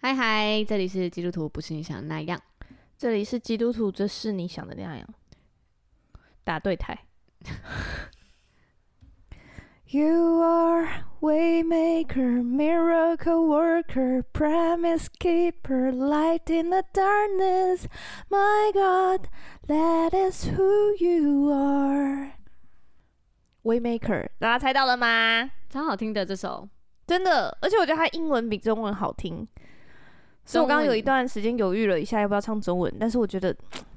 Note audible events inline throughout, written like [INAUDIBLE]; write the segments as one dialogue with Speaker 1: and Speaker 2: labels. Speaker 1: 嗨嗨，这里是基督徒不是你想的那样。
Speaker 2: 这里是基督徒，这是你想的那样。打对台。You are waymaker, miracle worker, promise keeper, light in the darkness. My God, that is who you are. Waymaker，大家猜到了吗？
Speaker 1: 超好听的这首，
Speaker 2: 真的，而且我觉得它英文比中文好听。所以我刚刚有一段时间犹豫了一下要不要唱中文，但是我觉得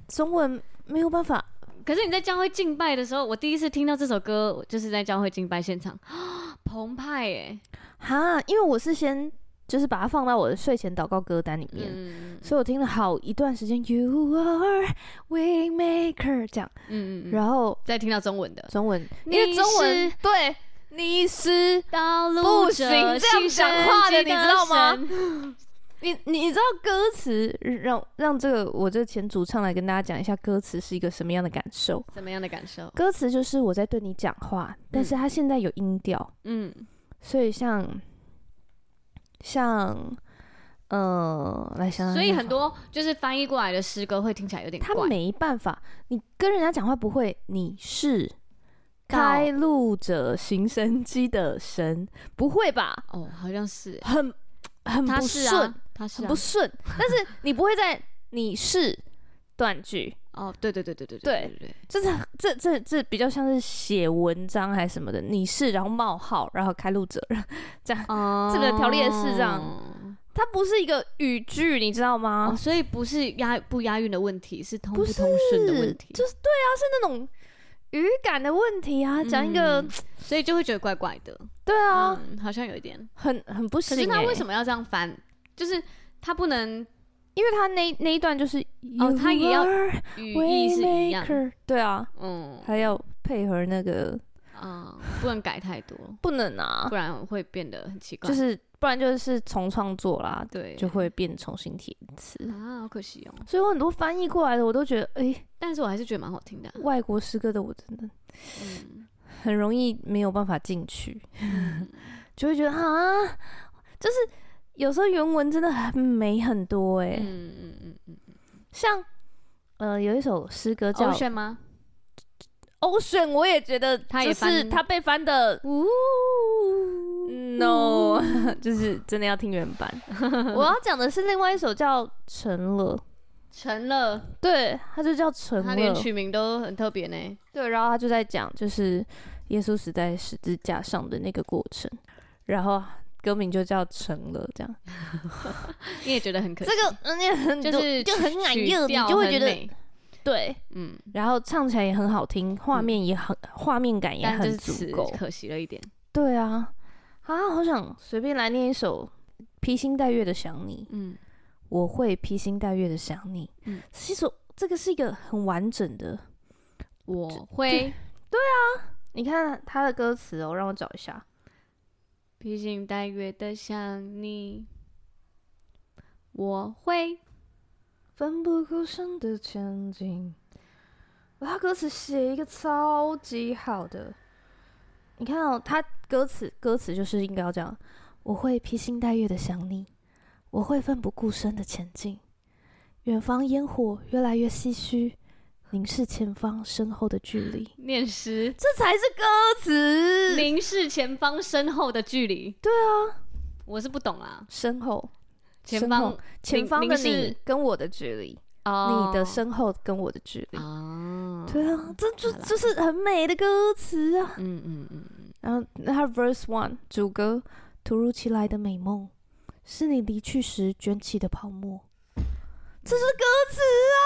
Speaker 2: 中文没有办法。
Speaker 1: 可是你在教会敬拜的时候，我第一次听到这首歌，我就是在教会敬拜现场， [GASPS] 澎湃哎、
Speaker 2: 哈，因为我是先就是把它放到我的睡前祷告歌单里面，
Speaker 1: 嗯
Speaker 2: 所以我听了好一段时间。You are waymaker 这样，
Speaker 1: 嗯嗯嗯，
Speaker 2: 然后
Speaker 1: 再听到中文的，
Speaker 2: 中文，
Speaker 1: 你
Speaker 2: 因为中文
Speaker 1: 是
Speaker 2: 对你是。
Speaker 1: 道路
Speaker 2: 不
Speaker 1: 者
Speaker 2: 行这样
Speaker 1: 新
Speaker 2: 讲
Speaker 1: 生
Speaker 2: 话的
Speaker 1: 机
Speaker 2: 你知道吗
Speaker 1: [LAUGHS] 神
Speaker 2: 你你知道歌词让让这个我这个前主唱来跟大家讲一下歌词是一个什么样的感受？
Speaker 1: 怎么样的感受？
Speaker 2: 歌词就是我在对你讲话，但是它现在有音调，
Speaker 1: 嗯，
Speaker 2: 所以像像呃，来想想看好了，
Speaker 1: 所以很多就是翻译过来的诗歌会听起来有点
Speaker 2: 他
Speaker 1: 怪，
Speaker 2: 没办法，你跟人家讲话不会，你是
Speaker 1: 到
Speaker 2: 开路者行神机的神，不会吧？
Speaker 1: 哦，好像是欸，
Speaker 2: 很很
Speaker 1: 他
Speaker 2: 不
Speaker 1: 是
Speaker 2: 顺，
Speaker 1: 啊，他是
Speaker 2: 很
Speaker 1: 啊
Speaker 2: 不，
Speaker 1: [LAUGHS]
Speaker 2: 顺，但是你不会在你是断句，
Speaker 1: 哦，对对对对对
Speaker 2: 对
Speaker 1: 对对，
Speaker 2: 这是这这这比较像是写文章还是什么的，你是然后冒号然后开路者，
Speaker 1: 哦
Speaker 2: 这个条列式这样它不是一个语句，你知道吗？
Speaker 1: 哦，所以不是押不押韵的问题，是通不通顺的问题，
Speaker 2: 就是对啊，是那种语感的问题啊，讲一个、
Speaker 1: 嗯所以就会觉得怪怪的。
Speaker 2: 对啊，
Speaker 1: 嗯，好像有一点。
Speaker 2: 很很不
Speaker 1: 可
Speaker 2: 行、欸。
Speaker 1: 是他为什
Speaker 2: 么？
Speaker 1: 么要这样翻？就是他不能
Speaker 2: 因为他那那一段就是
Speaker 1: 哦他也要
Speaker 2: You are
Speaker 1: 语义是一样，
Speaker 2: waymaker 对啊，
Speaker 1: 嗯
Speaker 2: 还要配合那个
Speaker 1: 啊，不能改太多，
Speaker 2: 不能啊
Speaker 1: 不，然会变得很奇怪。
Speaker 2: 就是不然就是重创作啦，
Speaker 1: 对，
Speaker 2: 就会变重新填词。
Speaker 1: 啊，好可惜哦。
Speaker 2: 所以我很多翻译过来的，我都觉得，诶，
Speaker 1: 但是我还是觉得蛮好听的啊。
Speaker 2: 外国诗歌的我真的
Speaker 1: 嗯，
Speaker 2: 很容易没有办法进去，就会觉得啊，就是有时候原文真的很美很多诶，
Speaker 1: 嗯嗯嗯嗯，
Speaker 2: 像呃有一首诗歌叫
Speaker 1: 欧
Speaker 2: 《
Speaker 1: 炫吗？
Speaker 2: Ocean》，我也觉得
Speaker 1: 他也
Speaker 2: 就是
Speaker 1: 翻
Speaker 2: 他被翻的
Speaker 1: 呜，
Speaker 2: No，就是 [LAUGHS] 真的要听原
Speaker 1: [LAUGHS]
Speaker 2: 版。我要讲的是另外一首叫《成了》，
Speaker 1: 成了，
Speaker 2: 对，它就叫《成
Speaker 1: 他
Speaker 2: 了
Speaker 1: 连》。取名都很特别呢。
Speaker 2: 对，然后他就在讲就是耶稣死在十字架上的那个过程，然后歌名就叫《成了》这样。
Speaker 1: 你也觉得很可
Speaker 2: 这
Speaker 1: 惜，
Speaker 2: 个嗯，也很
Speaker 1: 就
Speaker 2: 多
Speaker 1: 是
Speaker 2: 就很感
Speaker 1: 曲
Speaker 2: 热，你
Speaker 1: 调
Speaker 2: 就会
Speaker 1: 很
Speaker 2: 觉得
Speaker 1: 美
Speaker 2: 对，嗯
Speaker 1: 嗯，
Speaker 2: 然后唱起来也很好听，画面也很画面感也
Speaker 1: 但就是
Speaker 2: 很
Speaker 1: 词
Speaker 2: 足够。
Speaker 1: 可惜了一点。
Speaker 2: 对啊，啊，好想随便来念一首披星戴月的《想你》。
Speaker 1: 嗯，
Speaker 2: 我会披星戴月的想你。
Speaker 1: 嗯
Speaker 2: 嗯，其实这个是一个很完整的。
Speaker 1: 我会
Speaker 2: 你看他的歌词哦，让我找一下。
Speaker 1: 披星戴月的想你，我会
Speaker 2: 奋不顾身的前进。哇，他歌词写一个超级好的。你看哦，他歌词歌词就是应该要这样：我会披星戴月的想你，我会奋不顾身的前进。远方烟火越来越唏嘘，凝视前方身后的距离。
Speaker 1: [GASPS] 念诗，
Speaker 2: 这才是歌词。
Speaker 1: 凝视前方身后的距离。
Speaker 2: 对
Speaker 1: 啊，我是不懂啊，
Speaker 2: 身后，
Speaker 1: 前
Speaker 2: 身
Speaker 1: 方
Speaker 2: 后前方的
Speaker 1: 凝视
Speaker 2: 你跟我的距离，
Speaker 1: 哦
Speaker 2: 你的身后跟我的距离。
Speaker 1: 啊，
Speaker 2: 对啊，这就
Speaker 1: 好啦
Speaker 2: 就是很美的歌词啊。
Speaker 1: 嗯嗯嗯嗯，
Speaker 2: 然后它 verse one 主歌，突如其来的美梦，是你离去时卷起的泡沫。这是歌词啊，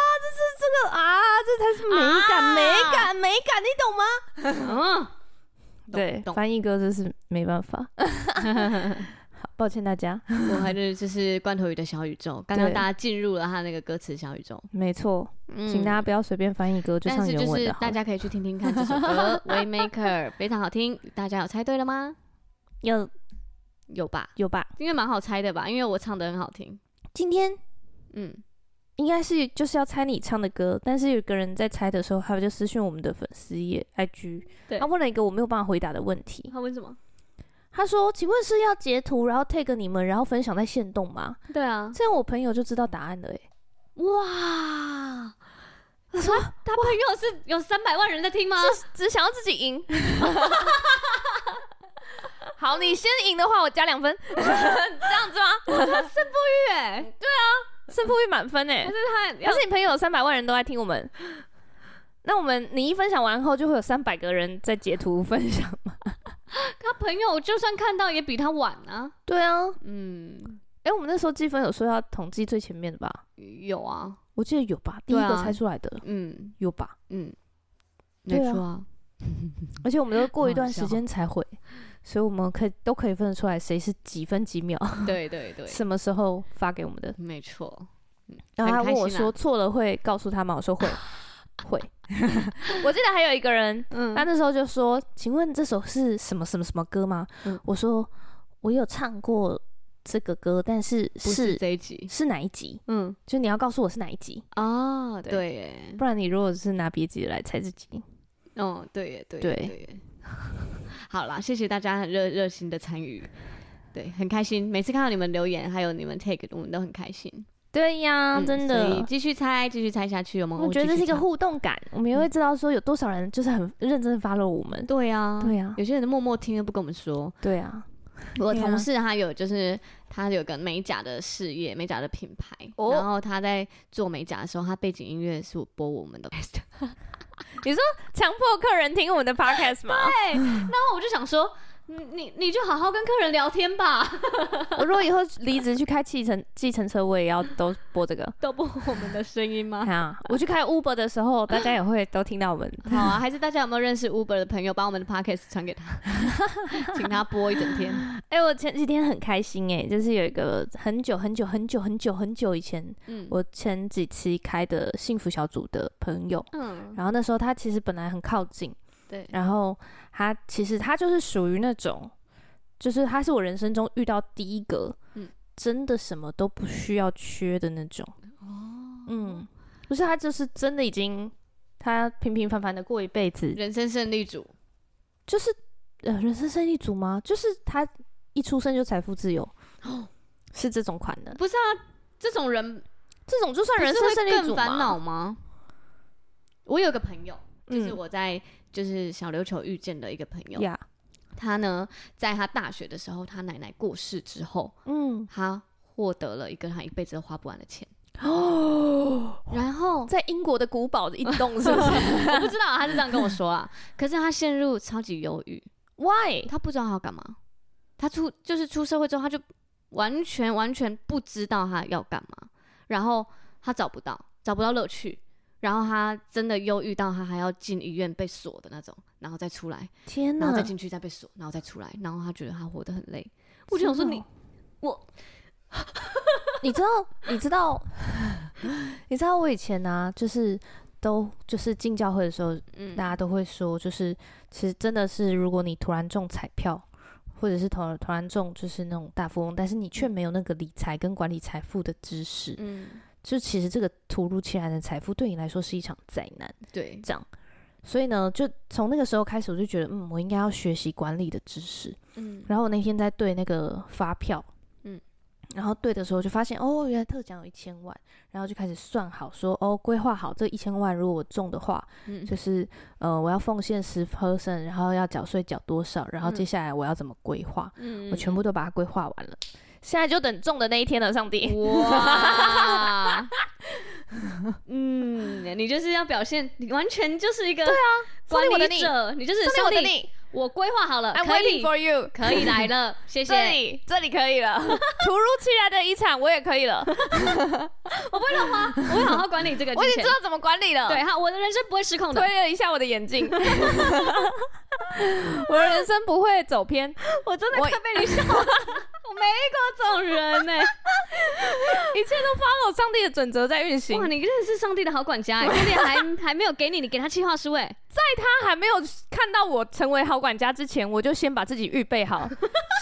Speaker 2: 这是这个啊，这才是美感，
Speaker 1: 啊
Speaker 2: 美感，美感，你懂吗？
Speaker 1: 嗯，懂
Speaker 2: [LAUGHS] 对，
Speaker 1: 懂，
Speaker 2: 翻译歌真是没办法， [LAUGHS] 好抱歉大家。
Speaker 1: 我还是就是罐头鱼的小宇宙，刚刚
Speaker 2: 对
Speaker 1: 大家进入了他那个歌词小宇宙，
Speaker 2: 没错，
Speaker 1: 嗯
Speaker 2: 请大家不要随便翻译歌，就
Speaker 1: 但
Speaker 2: 唱
Speaker 1: 是
Speaker 2: 原
Speaker 1: 就
Speaker 2: 文
Speaker 1: 是
Speaker 2: 的好
Speaker 1: 大
Speaker 2: 了。
Speaker 1: 家可以去听听看这首歌《Waymaker》，非常好听。大家有猜对了吗？
Speaker 2: 有
Speaker 1: 有吧？
Speaker 2: 有吧？
Speaker 1: 应该蛮好猜的吧？因为我唱的很好听。
Speaker 2: 今天
Speaker 1: 嗯，
Speaker 2: 应该是就是要猜你唱的歌，但是有个人在猜的时候，他就私讯我们的粉丝页 IG，
Speaker 1: 对
Speaker 2: 他问了一个我没有办法回答的问题，
Speaker 1: 他问什么？
Speaker 2: 他他说：“请问是要截图，然后 tag 你们，然后分享在线动吗
Speaker 1: 对啊？”，
Speaker 2: 这样我朋友就知道答案了、欸。哎，
Speaker 1: 哇，
Speaker 2: 他说
Speaker 1: 他朋友是有三百万人在听吗？
Speaker 2: 只想要自己赢。 [LAUGHS] 好，你先赢的话，我加两分，这样子吗？
Speaker 1: 对，
Speaker 2: 胜负欲满分哎、
Speaker 1: 嗯可是他
Speaker 2: 而
Speaker 1: 要
Speaker 2: 且你朋友三百万人都在听我们，那我们你一分享完后，就会有三百个人在截图分享吗？
Speaker 1: 他朋友就算看到也比他晚啊。
Speaker 2: 对啊，
Speaker 1: 嗯，
Speaker 2: 哎、我们那时候积分有说要统计最前面的吧？
Speaker 1: 有啊，
Speaker 2: 我记得有吧，第一
Speaker 1: 对啊
Speaker 2: 个猜出来的、
Speaker 1: 嗯
Speaker 2: 有吧？
Speaker 1: 嗯，没
Speaker 2: 对啊
Speaker 1: 错啊，
Speaker 2: 而且我们都过一段
Speaker 1: 好笑
Speaker 2: 时间才回，所以我们可以都可以分得出来谁是几分几秒，
Speaker 1: 对对对，
Speaker 2: 什么时候发给我们的。
Speaker 1: 没错。
Speaker 2: 然后他
Speaker 1: 很开
Speaker 2: 问我
Speaker 1: 心啊
Speaker 2: 说错了会告诉他吗？
Speaker 1: [LAUGHS]
Speaker 2: 我说会，会。 [LAUGHS] 我记得还有一个人，
Speaker 1: 嗯
Speaker 2: 他那时候就说：“请问这首是什么什么什么歌吗？”
Speaker 1: 嗯
Speaker 2: 我说：“我有唱过这个歌，但是
Speaker 1: 不
Speaker 2: 是
Speaker 1: 是这一集，
Speaker 2: 是哪一集？
Speaker 1: 嗯
Speaker 2: 就你要告诉我是哪一集，
Speaker 1: 啊，
Speaker 2: 对
Speaker 1: 对耶，
Speaker 2: 不然你如果是拿别集来猜自己，
Speaker 1: 哦，对耶，对耶
Speaker 2: 对
Speaker 1: 对 [LAUGHS] 耶。好啦，谢谢大家很热热心的参与，对，很开心。每次看到你们留言，还有你们 take，我们都很开心。
Speaker 2: 对呀，
Speaker 1: 嗯
Speaker 2: 真
Speaker 1: 所以
Speaker 2: 的。”
Speaker 1: 继续猜，继续猜下去，我们
Speaker 2: 我觉得这
Speaker 1: 继续
Speaker 2: 是一个
Speaker 1: 猜
Speaker 2: 互动感，我们也会知道说有多少人就是很认真发了我们。
Speaker 1: 对啊，
Speaker 2: 对啊，
Speaker 1: 有些人默默听了不跟我们说。
Speaker 2: 对啊，
Speaker 1: 我
Speaker 2: 对啊
Speaker 1: 同事他有就是他有个美甲的事业，美甲的品牌，
Speaker 2: 哦
Speaker 1: 然后他在做美甲的时候，他背景音乐是我播我 [LAUGHS] 们的 podcast。
Speaker 2: 强迫客人听我们的 podcast 吗？
Speaker 1: 那我就想说，你你你就好好跟客人聊天吧，
Speaker 2: 啊我如果以后离职去开计程计程车，我也要都播这个。
Speaker 1: [LAUGHS] 都不我们的声音吗？
Speaker 2: [LAUGHS] 啊，我去开 Uber 的时候，大家也会都听到我们。
Speaker 1: 好啊，还是大家有没有认识 Uber 的朋友，把我们的 podcast 传给
Speaker 2: [LAUGHS]
Speaker 1: 他，请他播一整天。
Speaker 2: [LAUGHS] 哎、我前几天很开心哎、就是有一个很久很久很久很久很久以前，
Speaker 1: 嗯，
Speaker 2: 我前几期开的幸福小组的朋友，
Speaker 1: 嗯，
Speaker 2: 然后那时候他其实本来很靠近，
Speaker 1: 对，
Speaker 2: 然后他其实他就是属于那种，就是他是我人生中遇到第一个，
Speaker 1: 嗯
Speaker 2: 真的什么都不需要缺的那种。
Speaker 1: 哦，
Speaker 2: 嗯，不是他就是真的已经他平平凡凡的过一辈子，
Speaker 1: 人生胜利组，
Speaker 2: 就是呃，人生胜利组吗？就是他一出生就财富自由，
Speaker 1: 哦
Speaker 2: 是这种款的。
Speaker 1: 不是啊，这种人
Speaker 2: 这种就算
Speaker 1: 不
Speaker 2: 人
Speaker 1: 是
Speaker 2: 生胜
Speaker 1: 会
Speaker 2: 利组
Speaker 1: 更烦
Speaker 2: 吗？
Speaker 1: 恼吗？我有个朋友，就是
Speaker 2: 嗯
Speaker 1: 我在就是小琉球遇见的一个朋友，
Speaker 2: 呀，
Speaker 1: 他呢，在他大学的时候，他奶奶过世之后，
Speaker 2: 嗯，
Speaker 1: 他获得了一个他一辈子都花不完的钱，
Speaker 2: 哦，
Speaker 1: 然后
Speaker 2: [GASPS] 在英国的古堡的一栋是不是
Speaker 1: [LAUGHS] 我不知道他是这样跟我说啊，可是他陷入超级忧郁，
Speaker 2: ？Why？
Speaker 1: 他不知道他要干嘛。他出就是出社会之后，他就完全完全不知道他要干嘛，然后他找不到找不到乐趣，然后他真的忧郁到他还要进医院被锁的那种，然后再出来，
Speaker 2: 天
Speaker 1: 然
Speaker 2: 哪
Speaker 1: 后再！进去再被锁，然后再出来，然后他觉得他活得很累。我就想说
Speaker 2: 真的
Speaker 1: 你
Speaker 2: 哦
Speaker 1: 我，
Speaker 2: [LAUGHS] 你知道，你知道， [LAUGHS] 你知道我以前呢、啊，就是都就是进教会的时候，
Speaker 1: 嗯
Speaker 2: 大家都会说，就是其实真的是，如果你突然中彩票，或者是突突然中就是那种大富翁，但是你却没有那个理财跟管理财富的知识，
Speaker 1: 嗯，
Speaker 2: 就其实这个突如其来的财富对你来说是一场灾难。
Speaker 1: 对，
Speaker 2: 这样，所以呢，就从那个时候开始，我就觉得，嗯，我应该要学习管理的知识。
Speaker 1: 嗯，
Speaker 2: 然后我那天在对那个发票，
Speaker 1: 嗯
Speaker 2: 嗯，然后对的时候就发现，哦，原来特奖有一千万，然后就开始算好说，哦，规划好这一千万，如果我中的话，
Speaker 1: 嗯
Speaker 2: 就是呃，我要奉献十 percent，然后要缴税缴多少，然后
Speaker 1: 嗯
Speaker 2: 接下来我要怎么规划，
Speaker 1: 嗯
Speaker 2: 我全部都把它规划完了。现在就等中的那一天了，上帝。
Speaker 1: 哇，嗯，你就是要表现，你完全就是一个对啊，管
Speaker 2: 上帝我的
Speaker 1: 理
Speaker 2: 你
Speaker 1: 者，你就是
Speaker 2: 上帝，我
Speaker 1: 上
Speaker 2: 等
Speaker 1: 帝，
Speaker 2: 你
Speaker 1: 我规划好了，
Speaker 2: ，I'm
Speaker 1: 可
Speaker 2: waiting
Speaker 1: 以
Speaker 2: for you。
Speaker 1: 可以来了，谢
Speaker 2: 这
Speaker 1: 谢。
Speaker 2: 里这里可以
Speaker 1: [LAUGHS]
Speaker 2: 了，突如其来的遗产我也可以了，
Speaker 1: 我不会乱花，我会好好管理这个
Speaker 2: 我已
Speaker 1: 金钱
Speaker 2: 经知。道怎么管理了。啊
Speaker 1: 对，，好，我的人生不会失控的。
Speaker 2: 推了一下我的眼镜，我的人生不会走偏，
Speaker 1: [LAUGHS] 我真
Speaker 2: 我
Speaker 1: 的快被你笑了，我没遇过这种人
Speaker 2: [LAUGHS]
Speaker 1: 呢、
Speaker 2: 一切都 follow 哦上帝的准则在运行 [LAUGHS]
Speaker 1: 哇，。你真的是上帝的好管家、欸，上帝还还没有给你，你给他计划书哎、
Speaker 2: 他还没有看到我成为好管家之前，我就先把自己预备 [LAUGHS] 好，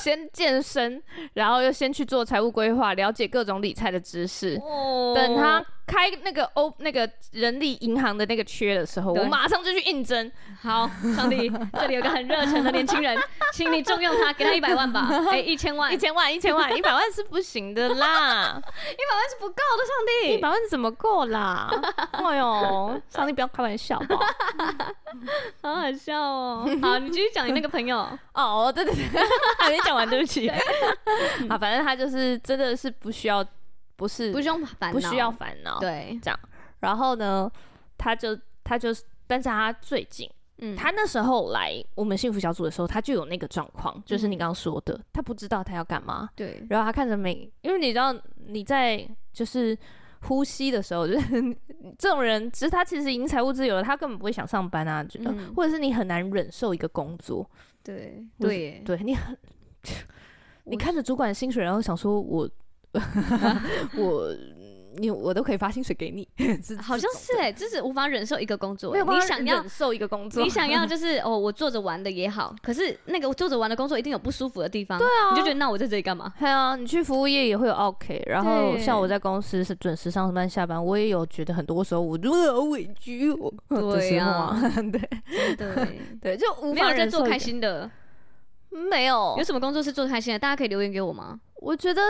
Speaker 2: 先健身，然后又先去做财务规划，了解各种理财的知识。
Speaker 1: 哦
Speaker 2: 等他开那个欧那个人力银行的那个缺的时候，
Speaker 1: 对
Speaker 2: 我马上就去应征。
Speaker 1: 好，上帝，这里有个很热忱的年轻人，请你重用他，给他一百万
Speaker 2: [LAUGHS]
Speaker 1: 吧，哎、一千万，
Speaker 2: [LAUGHS] 一千万，一千万，一百万是不行的啦，
Speaker 1: 万是不够的，上帝，
Speaker 2: [LAUGHS] 一百万怎么够 [LAUGHS] 啦？哎呦，上帝不要开玩笑吧！
Speaker 1: 好好笑哦。好，你继续讲你那个朋友，
Speaker 2: [LAUGHS] 哦，对对对， [LAUGHS] 还没讲完，对不 [LAUGHS] 起。啊，反正他就是真的是不需要， [LAUGHS] 不是
Speaker 1: 不用烦恼，
Speaker 2: 不需要烦恼。
Speaker 1: 对，
Speaker 2: 然后呢，他就他就是，但是他最近，
Speaker 1: 嗯，
Speaker 2: 他那时候来我们幸福小组的时候，他就有那个状况，就是你刚刚说的，他不知道他要干嘛，
Speaker 1: 对，
Speaker 2: 然后他看着每，因为你知道你在就是。呼吸的时候，就是这种人，其实他其实已经财务自由了，他根本不会想上班啊，就
Speaker 1: 嗯
Speaker 2: 或者是你很难忍受一个工作，
Speaker 1: 对，
Speaker 2: 我
Speaker 1: 对耶，
Speaker 2: 对你很，
Speaker 1: 嗯我
Speaker 2: 你看着主管的薪水，然后想说我 [LAUGHS] 我你我都可以发薪水给你， [LAUGHS] 这
Speaker 1: 好像是哎，就是无法忍受一个工作
Speaker 2: 没
Speaker 1: 耶，
Speaker 2: 有啊办
Speaker 1: 你
Speaker 2: 法
Speaker 1: 想要
Speaker 2: 忍。受一个工作，
Speaker 1: 你想要 [LAUGHS] 就是哦，我坐着玩的也好，可是那个坐着玩的工作一定有不舒服的地方，对啊，你就觉得那我在这里干嘛？
Speaker 2: 对啊，你去服务业也会有 OK，然后
Speaker 1: 对
Speaker 2: 像我在公司是准时上班下班，我也有觉得很多时候我就好委屈哦的
Speaker 1: 对
Speaker 2: 时候啊， [LAUGHS] 对
Speaker 1: 对，
Speaker 2: 对，就
Speaker 1: 嗯
Speaker 2: 无
Speaker 1: 没有
Speaker 2: 法
Speaker 1: 在
Speaker 2: 忍
Speaker 1: 做
Speaker 2: 受一
Speaker 1: 开
Speaker 2: 个，
Speaker 1: 心的，
Speaker 2: 没有
Speaker 1: 有，什么工作是做开心的？大家可以留言给我吗？
Speaker 2: 我觉得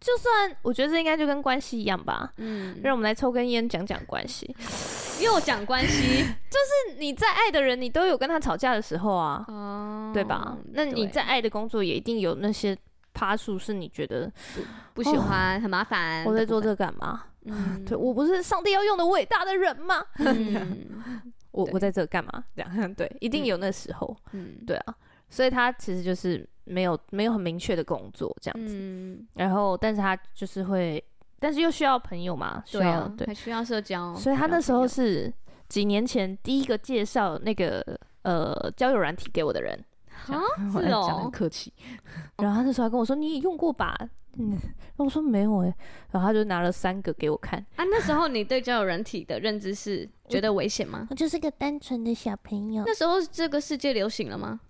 Speaker 2: 就算我觉得这应该就跟关系一样吧，
Speaker 1: 嗯，
Speaker 2: 让我们来抽根烟讲讲关系，
Speaker 1: 又讲关系
Speaker 2: 你再爱的人，你都有跟他吵架的时候啊，
Speaker 1: 哦
Speaker 2: 对吧？那你
Speaker 1: 在
Speaker 2: 再爱的工作，也一定有那些趴数是你觉得
Speaker 1: 不喜欢，很麻烦。
Speaker 2: 我在做
Speaker 1: 这
Speaker 2: 这
Speaker 1: 部
Speaker 2: 个干嘛？
Speaker 1: 分，嗯
Speaker 2: 对我不是上帝要用的伟大的人吗？
Speaker 1: 嗯
Speaker 2: 我
Speaker 1: 对
Speaker 2: 我在这干嘛？这样 [LAUGHS] 对，一定有那时候，
Speaker 1: 嗯
Speaker 2: 对啊。所以他其实就是没有没有很明确的工作这样子， [LAUGHS]
Speaker 1: 嗯，
Speaker 2: 然后但是他就是会，但是又需要朋友嘛，需
Speaker 1: 对
Speaker 2: 要
Speaker 1: 啊，还需要社交，
Speaker 2: 哦所以他那时候
Speaker 1: 需
Speaker 2: 是几年前第一个介绍那个呃交友软体给我的人。
Speaker 1: 要朋友啊，是
Speaker 2: 我讲得很
Speaker 1: 哦，
Speaker 2: 客气。然后他那时候还跟我说：“你也用过吧？”嗯，然后我说没有哎、然后他就拿了三个给我看，
Speaker 1: [LAUGHS] 啊，那时候你对交友软体的认知是觉得危险吗？
Speaker 3: 我就是个单纯的小朋友。
Speaker 1: 那时候这个世界流行了吗？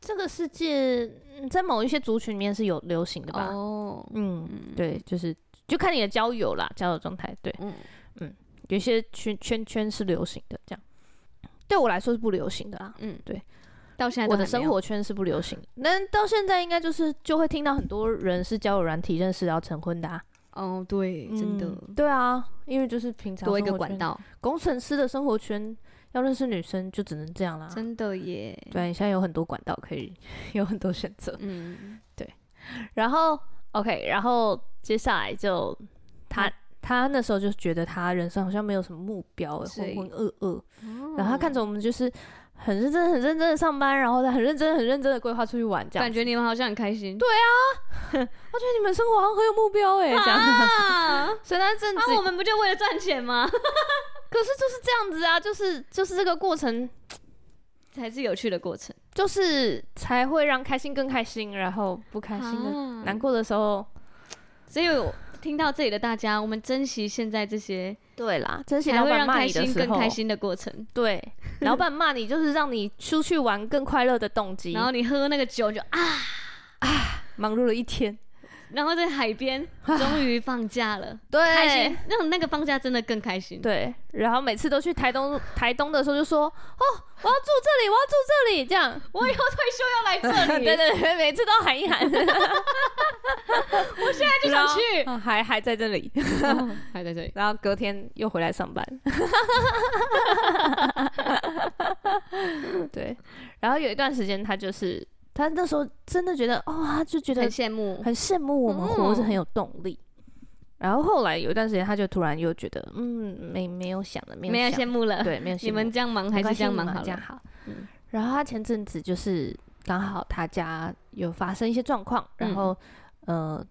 Speaker 2: 这个世界嗯在某一些族群里面是有流行的吧？
Speaker 1: 哦，
Speaker 2: 嗯，对，就是就看你的交友啦，交友状态。对，
Speaker 1: 嗯，
Speaker 2: 有一些圈圈圈是流行的，这样对我来说是不流行的啦。
Speaker 1: 到现在都
Speaker 2: 我的
Speaker 1: 还没
Speaker 2: 生
Speaker 1: 有
Speaker 2: 活圈是不流行的，那到现在应该就是就会听到很多人是交友软体认识然后成婚的、啊，
Speaker 1: 哦，对，真的
Speaker 2: 嗯对啊，因为就是平常
Speaker 1: 多一个
Speaker 2: 生活
Speaker 1: 管
Speaker 2: 圈
Speaker 1: 道，
Speaker 2: 工程师的生活圈要认识女生就只能这样啦。
Speaker 1: 真的耶，
Speaker 2: 啊对，现在有很多管道可以，有很多选择。 [LAUGHS]
Speaker 1: 嗯，
Speaker 2: 然后 OK，然后接下来就他、他那时候就觉得他人生好像没有什么目标，
Speaker 1: 所以
Speaker 2: 浑浑噩噩。然
Speaker 1: 然
Speaker 2: 后他看着我们就是很认真、很认真的上班，然后他很认真、很认真的规划出去玩，这样
Speaker 1: 感
Speaker 2: 子。
Speaker 1: 觉你们好像很开心，对
Speaker 2: 我觉得你们生活好像很有目标哎、这样。
Speaker 1: 啊，
Speaker 2: 所以 [LAUGHS] 他正
Speaker 1: 那我们不就为了赚钱 [LAUGHS] 吗？
Speaker 2: 可是就是这样子啊，就是就是这个过程，
Speaker 1: 才是有趣的过程，
Speaker 2: 就是才会让开心更开心，然后不开心的
Speaker 1: 啊
Speaker 2: 难过的时候，
Speaker 1: 所以我听到这里的大家，我们珍惜现在这些
Speaker 2: 对啦，珍惜
Speaker 1: 才
Speaker 2: 老
Speaker 1: 会
Speaker 2: 板
Speaker 1: 让
Speaker 2: 骂
Speaker 1: 开
Speaker 2: 你的
Speaker 1: 心
Speaker 2: 时
Speaker 1: 更
Speaker 2: 候，
Speaker 1: 开心的过程。
Speaker 2: 对，老板骂你就是让你出去玩更快乐的动机。
Speaker 1: 然后你喝那个酒，你就啊，
Speaker 2: 忙碌了一天，
Speaker 1: 然后在海
Speaker 2: [LAUGHS]
Speaker 1: 边终于放假了，开
Speaker 2: 对
Speaker 1: 心，让那个放假真的更开心。
Speaker 2: 对，然后每次都去台东，台东的时候就说，哦，我要住这里，我要住这里，这样。
Speaker 1: 我以后退休要来这里，
Speaker 2: [LAUGHS] 对对对，每次都喊
Speaker 1: [LAUGHS]
Speaker 2: 一喊，
Speaker 1: 他就想去，
Speaker 2: 然后嗯还还在这里，
Speaker 1: 还在这里。
Speaker 2: 然后隔天又回来上班。 [LAUGHS] 对，然后有一段时间他就是他那时候真的觉得，哦，他就觉得
Speaker 1: 很羡慕，
Speaker 2: 很羡慕我们
Speaker 1: 嗯
Speaker 2: 活着很有动力。然后后来有一段时间，他就突然又觉得，嗯，没没有想了，没有
Speaker 1: 没有
Speaker 2: 想
Speaker 1: 羡慕了。
Speaker 2: 对，没有羡
Speaker 1: [LAUGHS]
Speaker 2: 慕
Speaker 1: 你们这样忙还是
Speaker 2: 没关
Speaker 1: 这
Speaker 2: 系
Speaker 1: 样
Speaker 2: 你
Speaker 1: 忙
Speaker 2: 们
Speaker 1: 好
Speaker 2: 这样
Speaker 1: 了。
Speaker 2: 好。
Speaker 1: 嗯
Speaker 2: 然后他前阵子就是刚好他家有发生一些状况，然
Speaker 1: 嗯
Speaker 2: 后、呃，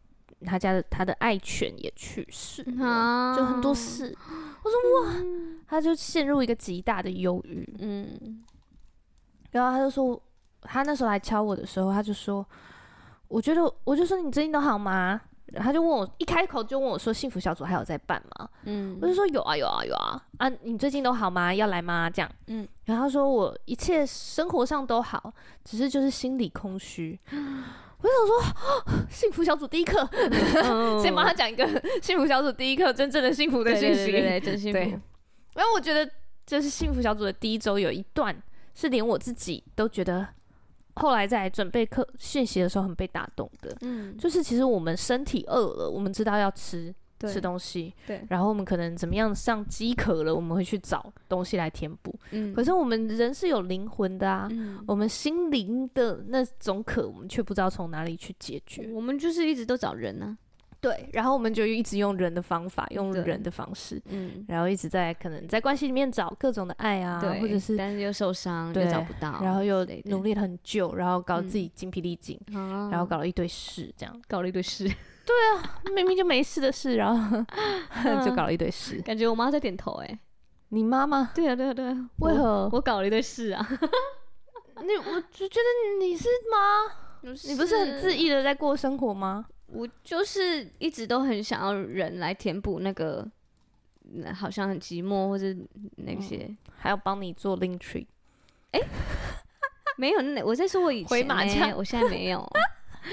Speaker 2: 他家的他的爱犬也去世了，
Speaker 1: 啊
Speaker 2: 就很多，事。我说哇，他就陷入一个极大的忧郁。
Speaker 1: 嗯，
Speaker 2: 然后他就说，他那时候来敲我的时候，他就说，我觉得我就说你最近都好吗？他就问我，一开口就问我说：“幸福小组还有在办吗？”
Speaker 1: 嗯
Speaker 2: 我就说有啊有啊有啊啊！你最近都好吗？要来吗？这样，
Speaker 1: 嗯
Speaker 2: 嗯，然后他说我一切生活上都好，只是就是心里空虚。我就想说，哦幸福小组第一课， [LAUGHS] 先帮他讲一个幸福小组第一课真正的幸福的
Speaker 1: 嗯对
Speaker 2: 讯
Speaker 1: 对
Speaker 2: 息。
Speaker 1: 对对，真幸
Speaker 2: 对
Speaker 1: 福。
Speaker 2: 然后我觉得，就是幸福小组的第一周有一段是连我自己都觉得，后来在准备课讯息的时候很被打动的，
Speaker 1: 嗯，
Speaker 2: 就是其实我们身体饿了，我们知道要吃，
Speaker 1: 对
Speaker 2: 吃东西，
Speaker 1: 对
Speaker 2: 然后我们可能怎么样上饥渴了，我们会去找东西来填补。
Speaker 1: 嗯，
Speaker 2: 可是我们人是有灵魂的啊，
Speaker 1: 嗯，
Speaker 2: 我们心灵的那种渴，我们却不知道从哪里去解决。
Speaker 1: 我们就是一直都找人呢。
Speaker 2: 对，然后我们就一直用人的方法，用
Speaker 1: 对
Speaker 2: 人的方式，
Speaker 1: 嗯，
Speaker 2: 然后一直在可能在关系里面找各种的爱啊，
Speaker 1: 对，
Speaker 2: 或者是
Speaker 1: 但是又受伤，又
Speaker 2: 对
Speaker 1: 找不到，
Speaker 2: 然后又
Speaker 1: 之类的
Speaker 2: 努力了很久，然后搞
Speaker 1: 嗯
Speaker 2: 自己精疲力尽，
Speaker 1: 啊，
Speaker 2: 然后搞了一堆事，这样 [LAUGHS]
Speaker 1: 搞了一堆事，
Speaker 2: 明明就没事的事，然后
Speaker 1: 嗯
Speaker 2: [LAUGHS] 就搞了一堆事。
Speaker 1: 感觉我妈在点头
Speaker 2: [LAUGHS]
Speaker 1: 哎。
Speaker 2: 你妈妈
Speaker 1: 对啊，对啊，对啊，
Speaker 2: 为
Speaker 1: 我
Speaker 2: 何
Speaker 1: 我搞了一堆事啊？
Speaker 2: 那我就觉得你是吗？ [LAUGHS] 你不是很恣意的在过生活吗？
Speaker 1: 我就是一直都很想要人来填补那个，嗯好像很寂寞或者
Speaker 2: 嗯
Speaker 1: 那些、
Speaker 2: 还要帮你做
Speaker 1: [LAUGHS]
Speaker 2: link tree，
Speaker 1: 没有。那我在说我以前、
Speaker 2: 回马
Speaker 1: 欸
Speaker 2: 枪
Speaker 1: 我现在没有。 [LAUGHS] 关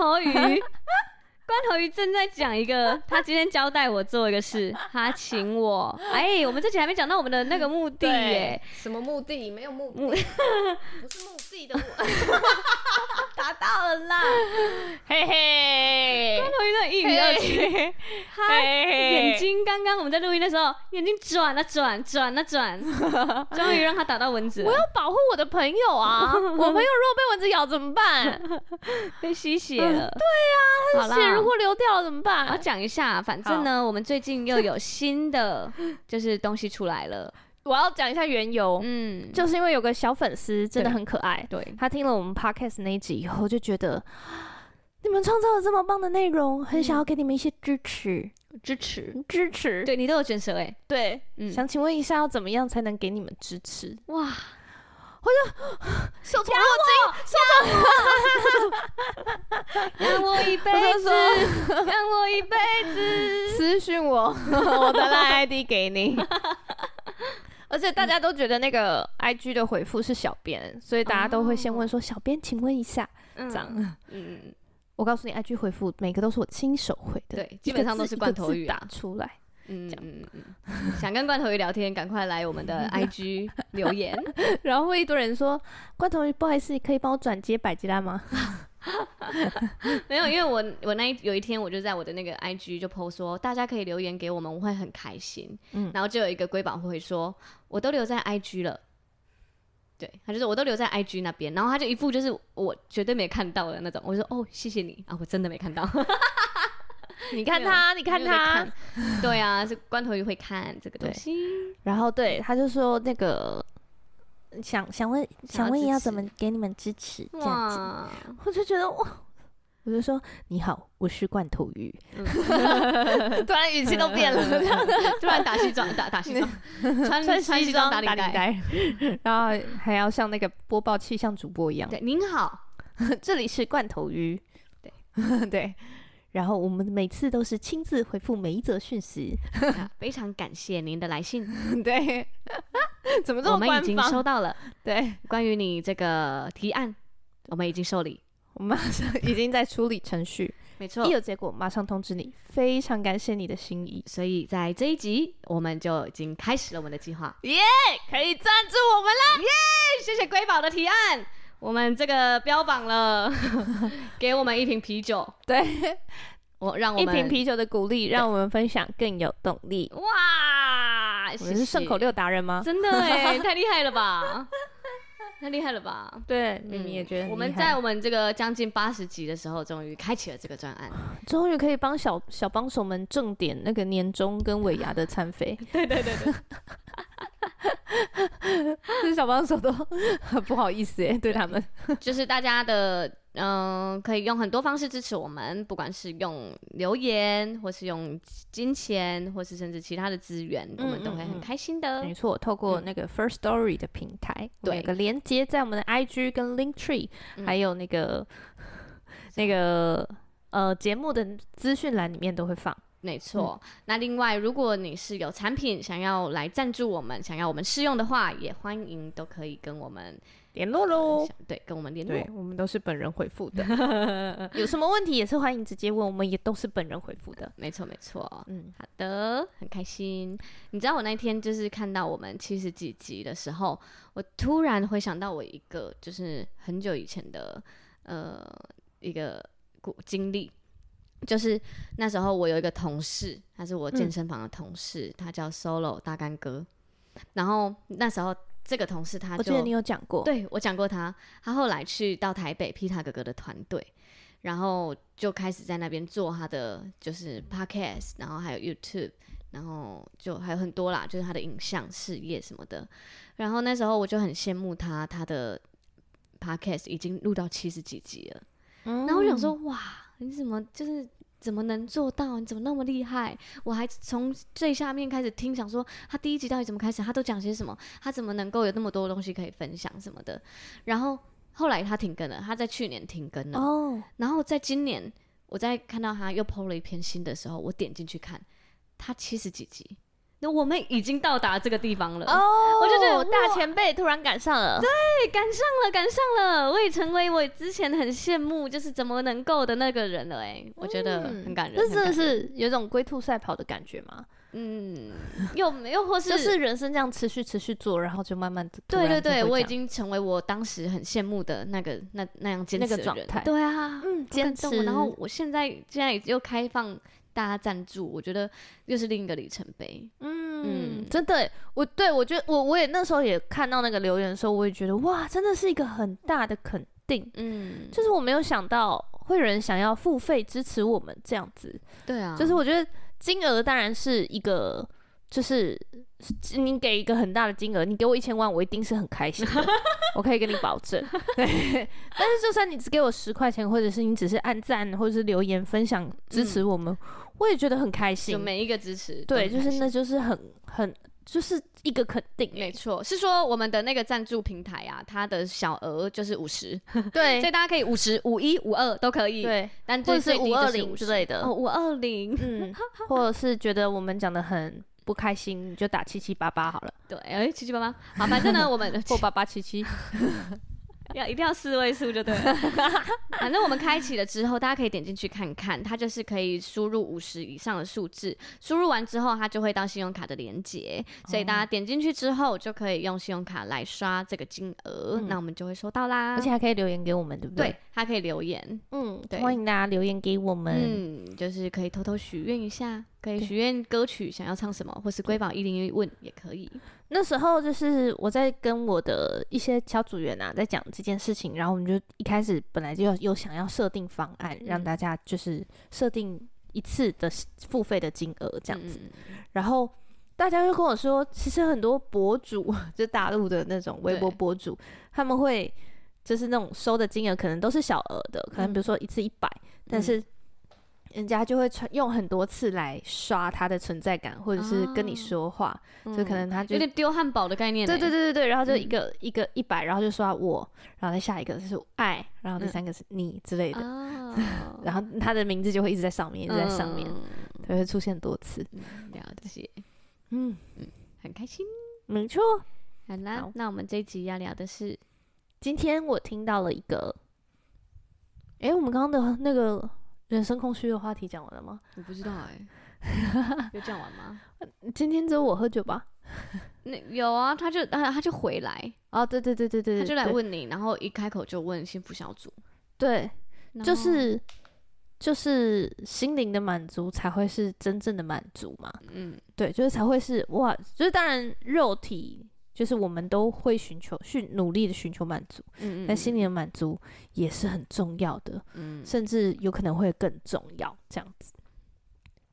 Speaker 1: 头鱼， [LAUGHS] 关头鱼正在讲一个，他今天交代我做一个事，他请我。哎，我们这集还没讲到我们的那个目的耶、 [LAUGHS]
Speaker 2: 什么目的？没有目
Speaker 1: 目 [LAUGHS]
Speaker 2: 的，不是目的的我。
Speaker 1: 达到了啦！
Speaker 2: 嘿 [LAUGHS] 嘿，
Speaker 1: 关头鱼真的一语二句，他眼睛刚刚我们在录音的时候，眼睛转啊转，转啊
Speaker 2: [LAUGHS]
Speaker 1: 转，终于让他打到蚊子了，
Speaker 2: 我要保护我的朋友
Speaker 1: [LAUGHS]
Speaker 2: 啊！我朋友如果被蚊子咬怎么办？
Speaker 1: 被吸血
Speaker 2: 嗯
Speaker 1: 了。对 [LAUGHS] 好啦，啊
Speaker 2: 血如果流掉了怎么
Speaker 1: 我要
Speaker 2: 办？
Speaker 1: 讲一下，反正呢，我们最近又有新的
Speaker 2: [LAUGHS]
Speaker 1: 就是东西出来了，
Speaker 2: 我要讲一下缘由，
Speaker 1: 嗯，
Speaker 2: 就是因为有个小粉丝真的
Speaker 1: 对
Speaker 2: 很可爱，
Speaker 1: 对，
Speaker 2: 他听了我们 podcast 那一集以后，就觉得你们创造了这么棒的内容，很想要给你们一些支持，
Speaker 1: 支持，
Speaker 2: 支持。
Speaker 1: 对你都有卷
Speaker 2: [LAUGHS]
Speaker 1: 舌哎，
Speaker 2: 对，
Speaker 1: 嗯，
Speaker 2: 想请问一下，要怎么样才能给你们支持？
Speaker 1: 哇，
Speaker 2: 受宠若
Speaker 1: 让我一辈子，
Speaker 2: [LAUGHS]
Speaker 1: 让我一 [LAUGHS] 辈子，
Speaker 2: 惊，私讯
Speaker 1: [LAUGHS]
Speaker 2: 我，我的赖 ID 给你。 [LAUGHS] 而且大家都觉得那个 IG 的回复是小编，所以大家都会
Speaker 1: 哦
Speaker 2: 先问说：“小编，请问一下。”
Speaker 1: 这
Speaker 2: 这，样，
Speaker 1: 嗯，
Speaker 2: 我告诉你，IG 回复每个都是我亲手回的，
Speaker 1: 对
Speaker 2: 一个
Speaker 1: 基本上都是
Speaker 2: 字一个
Speaker 1: 罐头
Speaker 2: 字
Speaker 1: 语啊
Speaker 2: 打出来。
Speaker 1: 嗯嗯
Speaker 2: [LAUGHS]
Speaker 1: 嗯嗯，想跟罐头鱼聊天，赶快来我们的 IG 留言，
Speaker 2: 然后会一堆人说：“罐头鱼，不好意思，可以帮我转接百吉拉吗
Speaker 1: 没有，因为我我那一有一天我就在我的那个 IG 就 PO 说，大家可以留言给我们，我会很开心。
Speaker 2: 嗯
Speaker 1: 然后就有一个瑰宝会说，我都留在 IG 了。对，他就说我都留在 IG 那边，然后他就一副就是我绝对没看到的那种，我就说哦，谢谢你啊，我真的没看到，？” [LAUGHS]
Speaker 2: 你看他，你
Speaker 1: 你
Speaker 2: 看他，，
Speaker 1: [LAUGHS] 对啊，这关头鱼会看这个东西，
Speaker 2: 然后对他就说那个，
Speaker 3: 想想问
Speaker 1: 想要
Speaker 3: 想问
Speaker 1: 支
Speaker 3: 要
Speaker 1: 持
Speaker 3: 怎么给你们支持？这样子，
Speaker 1: 哇，
Speaker 2: 我就觉得哇，
Speaker 3: 我就说你好，我是罐头鱼。
Speaker 2: 突然语气都变了，这样
Speaker 1: 突然打西装，打打西
Speaker 2: [LAUGHS]
Speaker 1: 装，穿
Speaker 2: 穿
Speaker 1: 西
Speaker 2: 西装
Speaker 1: 打
Speaker 2: 打
Speaker 1: 领带，
Speaker 2: 领带，然后还要像那个播报器像主播一样。
Speaker 1: 对，您好，
Speaker 2: 这里是罐头鱼，对对。
Speaker 3: 然后我们每次都是亲自回复每一则讯息，
Speaker 1: 啊非常感谢您的来信，
Speaker 2: [LAUGHS] 对，怎么这
Speaker 1: 我
Speaker 2: 么
Speaker 1: 们
Speaker 2: 官
Speaker 1: 已经
Speaker 2: 方？
Speaker 1: 收到了。
Speaker 2: [LAUGHS] 对，
Speaker 1: 关于你这个提案，我们已经受理，
Speaker 2: 我马上已经在处理程序，
Speaker 1: 没错
Speaker 2: 一。有结果马上通知你。非常感谢你的心意，
Speaker 1: 所以在这一集，我们就已经开始了我们的计划。
Speaker 2: 可以赞助我们啦！
Speaker 1: 谢谢瑰宝的提案，我们这个标榜了， [LAUGHS] 给我们一瓶啤酒，
Speaker 2: 对，
Speaker 1: 我让我
Speaker 2: 一
Speaker 1: 们
Speaker 2: 瓶啤酒的鼓励，让我们分享更有动力。
Speaker 1: 哇，
Speaker 2: 我
Speaker 1: 谢
Speaker 2: 们
Speaker 1: 谢
Speaker 2: 是顺口，溜达人吗？
Speaker 1: 真的哎，太厉害了
Speaker 2: [LAUGHS]
Speaker 1: 吧，太厉害了吧。
Speaker 2: 对，
Speaker 1: 嗯
Speaker 2: 明明也觉得很
Speaker 1: 我们
Speaker 2: 厉害
Speaker 1: 在我们这个将近八十集的时候，终于开启了这个专
Speaker 2: [LAUGHS]
Speaker 1: 案。
Speaker 2: 终于可以帮小小帮手们正点那个年终跟尾牙的餐费。
Speaker 1: [LAUGHS] 对对对
Speaker 2: [LAUGHS]
Speaker 1: 对，
Speaker 2: 这小帮手都 [LAUGHS] 很不好意思哎，对他们。
Speaker 1: 就是大家的，嗯、可以用很多方式支持我们，不管是用留言，或是用金钱，或是甚至其他的资源，我们都会很开心的。
Speaker 2: 没错，透过那个 First Story 的平台，我们
Speaker 1: 对
Speaker 2: 有个连嗯 [LAUGHS] 接在我们的 IG 跟 Link Tree，、
Speaker 1: 嗯
Speaker 2: 还有那个那个呃节目的资讯栏里面都会放。
Speaker 1: 没错，那另外，如果你是有产品想要来赞助我们，想要我们试用的话，也欢迎都可以跟我们
Speaker 2: 联络喽。
Speaker 1: 想对跟我们联络
Speaker 2: 对。我们都是本人回复的， [LAUGHS] 有什么问题也是欢迎直接问，我们也都是本人回复的。
Speaker 1: 没错，没错。
Speaker 2: 嗯，
Speaker 1: 好的，很开心。你知道我那天就是看到我们七十几集的时候，我突然回想到我一个就是很久以前的呃一个故经历，就是那时候我有一个同事，他是我健
Speaker 3: 嗯
Speaker 1: 身房的同事，他叫 Solo 大干哥。然后那时候这个同事
Speaker 2: 啊
Speaker 1: 他
Speaker 3: 我
Speaker 1: 就
Speaker 3: 记得你有讲过，
Speaker 1: 对我讲过他，他后来去到台北皮塔哥哥的团队，然后就开始在那边做他的就是 podcast，然后还有 YouTube，然后就还有很多啦，就是他的影像事业什么的。然后那时候我就很羡慕他，他的 podcast 已经录到七十几集了。
Speaker 2: 然
Speaker 1: 然后我想说，哇，你怎么就是怎么能做到？你怎么那么厉害？我还从最下面开始听，想说他第一集到底怎么开始？他都讲些什么？他怎么能够有那么多东西可以分享什么的？然后后来他停更了，他在去年停更了。
Speaker 3: 哦，
Speaker 1: 然后在今年，我在看到他又 PO 了一篇新的时候，我点进去看，他七十几集，那我们已经到达这个地方了。
Speaker 2: 哦，我就觉得我
Speaker 1: 哇
Speaker 2: 大前辈突然赶上了，
Speaker 1: 哎赶上了，赶上了！我也成为我之前很羡慕，就是怎么能够的那个人了、欸。哎，我觉得很感人。
Speaker 2: 嗯这
Speaker 1: 很
Speaker 2: 真的
Speaker 1: 感人，
Speaker 2: 是有一种龟兔赛跑的感觉嘛，
Speaker 1: 嗯，又没有，或是
Speaker 2: 就是人生这样持续持续做，然后就慢慢的，
Speaker 1: 对对对，我已经成为我当时很羡慕的那个那那样坚
Speaker 2: 那
Speaker 1: 持
Speaker 2: 个
Speaker 1: 的
Speaker 2: 状
Speaker 1: 人
Speaker 2: 态
Speaker 1: 对啊，
Speaker 2: 嗯
Speaker 1: 好感
Speaker 2: 坚
Speaker 1: 动
Speaker 2: 持，
Speaker 1: 哦然后我现在现在又开放大家赞助，我觉得又是另一个里程碑。
Speaker 2: 嗯，
Speaker 1: 嗯
Speaker 2: 真的耶，我对我觉得我我也那时候也看到那个留言的时候，我也觉得哇，真的是一个很大的肯定，
Speaker 1: 嗯，
Speaker 2: 就是我没有想到会有人想要付费支持我们这样子，
Speaker 1: 对啊，
Speaker 2: 就是我觉得金额当然是一个，就是是你给一个很大的金额，你给我一千万，我一定是很开心的，我可以跟你保证。 [LAUGHS] 对，但是就算你只给我十块钱，或者是你只是按赞，或者是留言分享支持我们，我也觉得很开
Speaker 1: 嗯就
Speaker 2: 心。
Speaker 1: 每一个支持都
Speaker 2: 对，
Speaker 1: 很开
Speaker 2: 就
Speaker 1: 心，
Speaker 2: 是那就是很很就是一个肯定欸、
Speaker 1: 没错，是说我们的那个赞助平台啊，它的小额就是五十，所
Speaker 2: [LAUGHS] 对
Speaker 1: 以大家可以五十五一五二都可以，，[LAUGHS]
Speaker 2: 哎对，
Speaker 1: 但
Speaker 2: 或
Speaker 1: 最
Speaker 2: 者是
Speaker 1: 最低
Speaker 2: 五
Speaker 1: 就
Speaker 2: 二
Speaker 1: 是
Speaker 2: 零之类
Speaker 1: 50
Speaker 2: 的，
Speaker 1: 哦，五二零，
Speaker 2: 嗯，或者是觉得我们讲的很不开心，你就打七七八八好了，
Speaker 1: 对，哎、七七八八，好，反正呢，我们
Speaker 2: 或八八 [LAUGHS] 七七。
Speaker 1: [LAUGHS] 要一定要四位数就对了。 [LAUGHS] 反正我们开启了之后，大家可以点进去看看，它就是可以输入五十以上的数字，输入完之后它就会到信用卡的连接，所以大
Speaker 2: 哦
Speaker 1: 家点进去之后就可以用信用卡来刷这个金额，
Speaker 2: 嗯
Speaker 1: 那我们就会收到啦。
Speaker 2: 而且还可以留言给我们，对不对？
Speaker 1: 对，，它可以留言，
Speaker 2: 嗯，
Speaker 1: 对
Speaker 2: 欢迎大家留言给我们。
Speaker 1: 嗯，就是可以偷偷许愿一下，可以
Speaker 2: 对
Speaker 1: 许愿歌曲想要唱什么，或是瑰宝一零一问也可以。
Speaker 2: 那时候就是我在跟我的一些小组员啊，在讲这件事情，然后我们就一开始本来就有有想要设定方案，让
Speaker 1: 嗯
Speaker 2: 大家就是设定一次的付费的金额这样子，
Speaker 1: 嗯，
Speaker 2: 然后。大家就跟我说，其实很多博主， [LAUGHS] 就大陆的那种微博
Speaker 1: 对
Speaker 2: 博主，他们会就是那种收的金额可能都是小额的，可能比如说一次一百、但
Speaker 1: 嗯
Speaker 2: 是人家就会传用很多次来刷他的存在感，或者是跟你
Speaker 1: 哦
Speaker 2: 说话，就可
Speaker 1: 嗯
Speaker 2: 能他就
Speaker 1: 有点丢汉堡的概念欸。
Speaker 2: 啊对对对对对，然后就一
Speaker 1: 嗯
Speaker 2: 个、一个一百，然后就刷我，然后再下一个是爱，然后第
Speaker 1: 嗯
Speaker 2: 三个是你之类的，，
Speaker 1: 哦
Speaker 2: [LAUGHS] 然后他的名字就会一直在上面，一直在上面，
Speaker 1: 嗯
Speaker 2: 对，会出现多次。
Speaker 1: 了解，
Speaker 2: 嗯，
Speaker 1: 很开心。
Speaker 2: 没错。
Speaker 1: 好啦，
Speaker 2: 好
Speaker 1: 那我们这一集要聊的是，
Speaker 2: 今天我听到了一个，诶，我们刚刚的那个人生空虚的话题讲完了吗？
Speaker 1: 我不知道
Speaker 2: 欸
Speaker 1: [LAUGHS] 哎、有讲完吗？
Speaker 2: 今天只有我喝酒吧？
Speaker 1: 那有啊，他就他他就回来，
Speaker 2: 哦，对对对对对，
Speaker 1: 他
Speaker 2: 对
Speaker 1: 就来
Speaker 2: 对
Speaker 1: 问你，然后一开口就问幸福小组，
Speaker 2: 对，
Speaker 1: 然
Speaker 2: 就
Speaker 1: 后
Speaker 2: 是就是心灵的满足才会是真正的满足嘛。
Speaker 1: 嗯
Speaker 2: 对，就是才会是哇，就是当然肉体就是我们都会寻求去努力的寻求满足，
Speaker 1: 嗯，
Speaker 2: 但心灵的满足也是很重要的，
Speaker 1: 嗯，嗯
Speaker 2: 甚至有可能会更重要。这样子，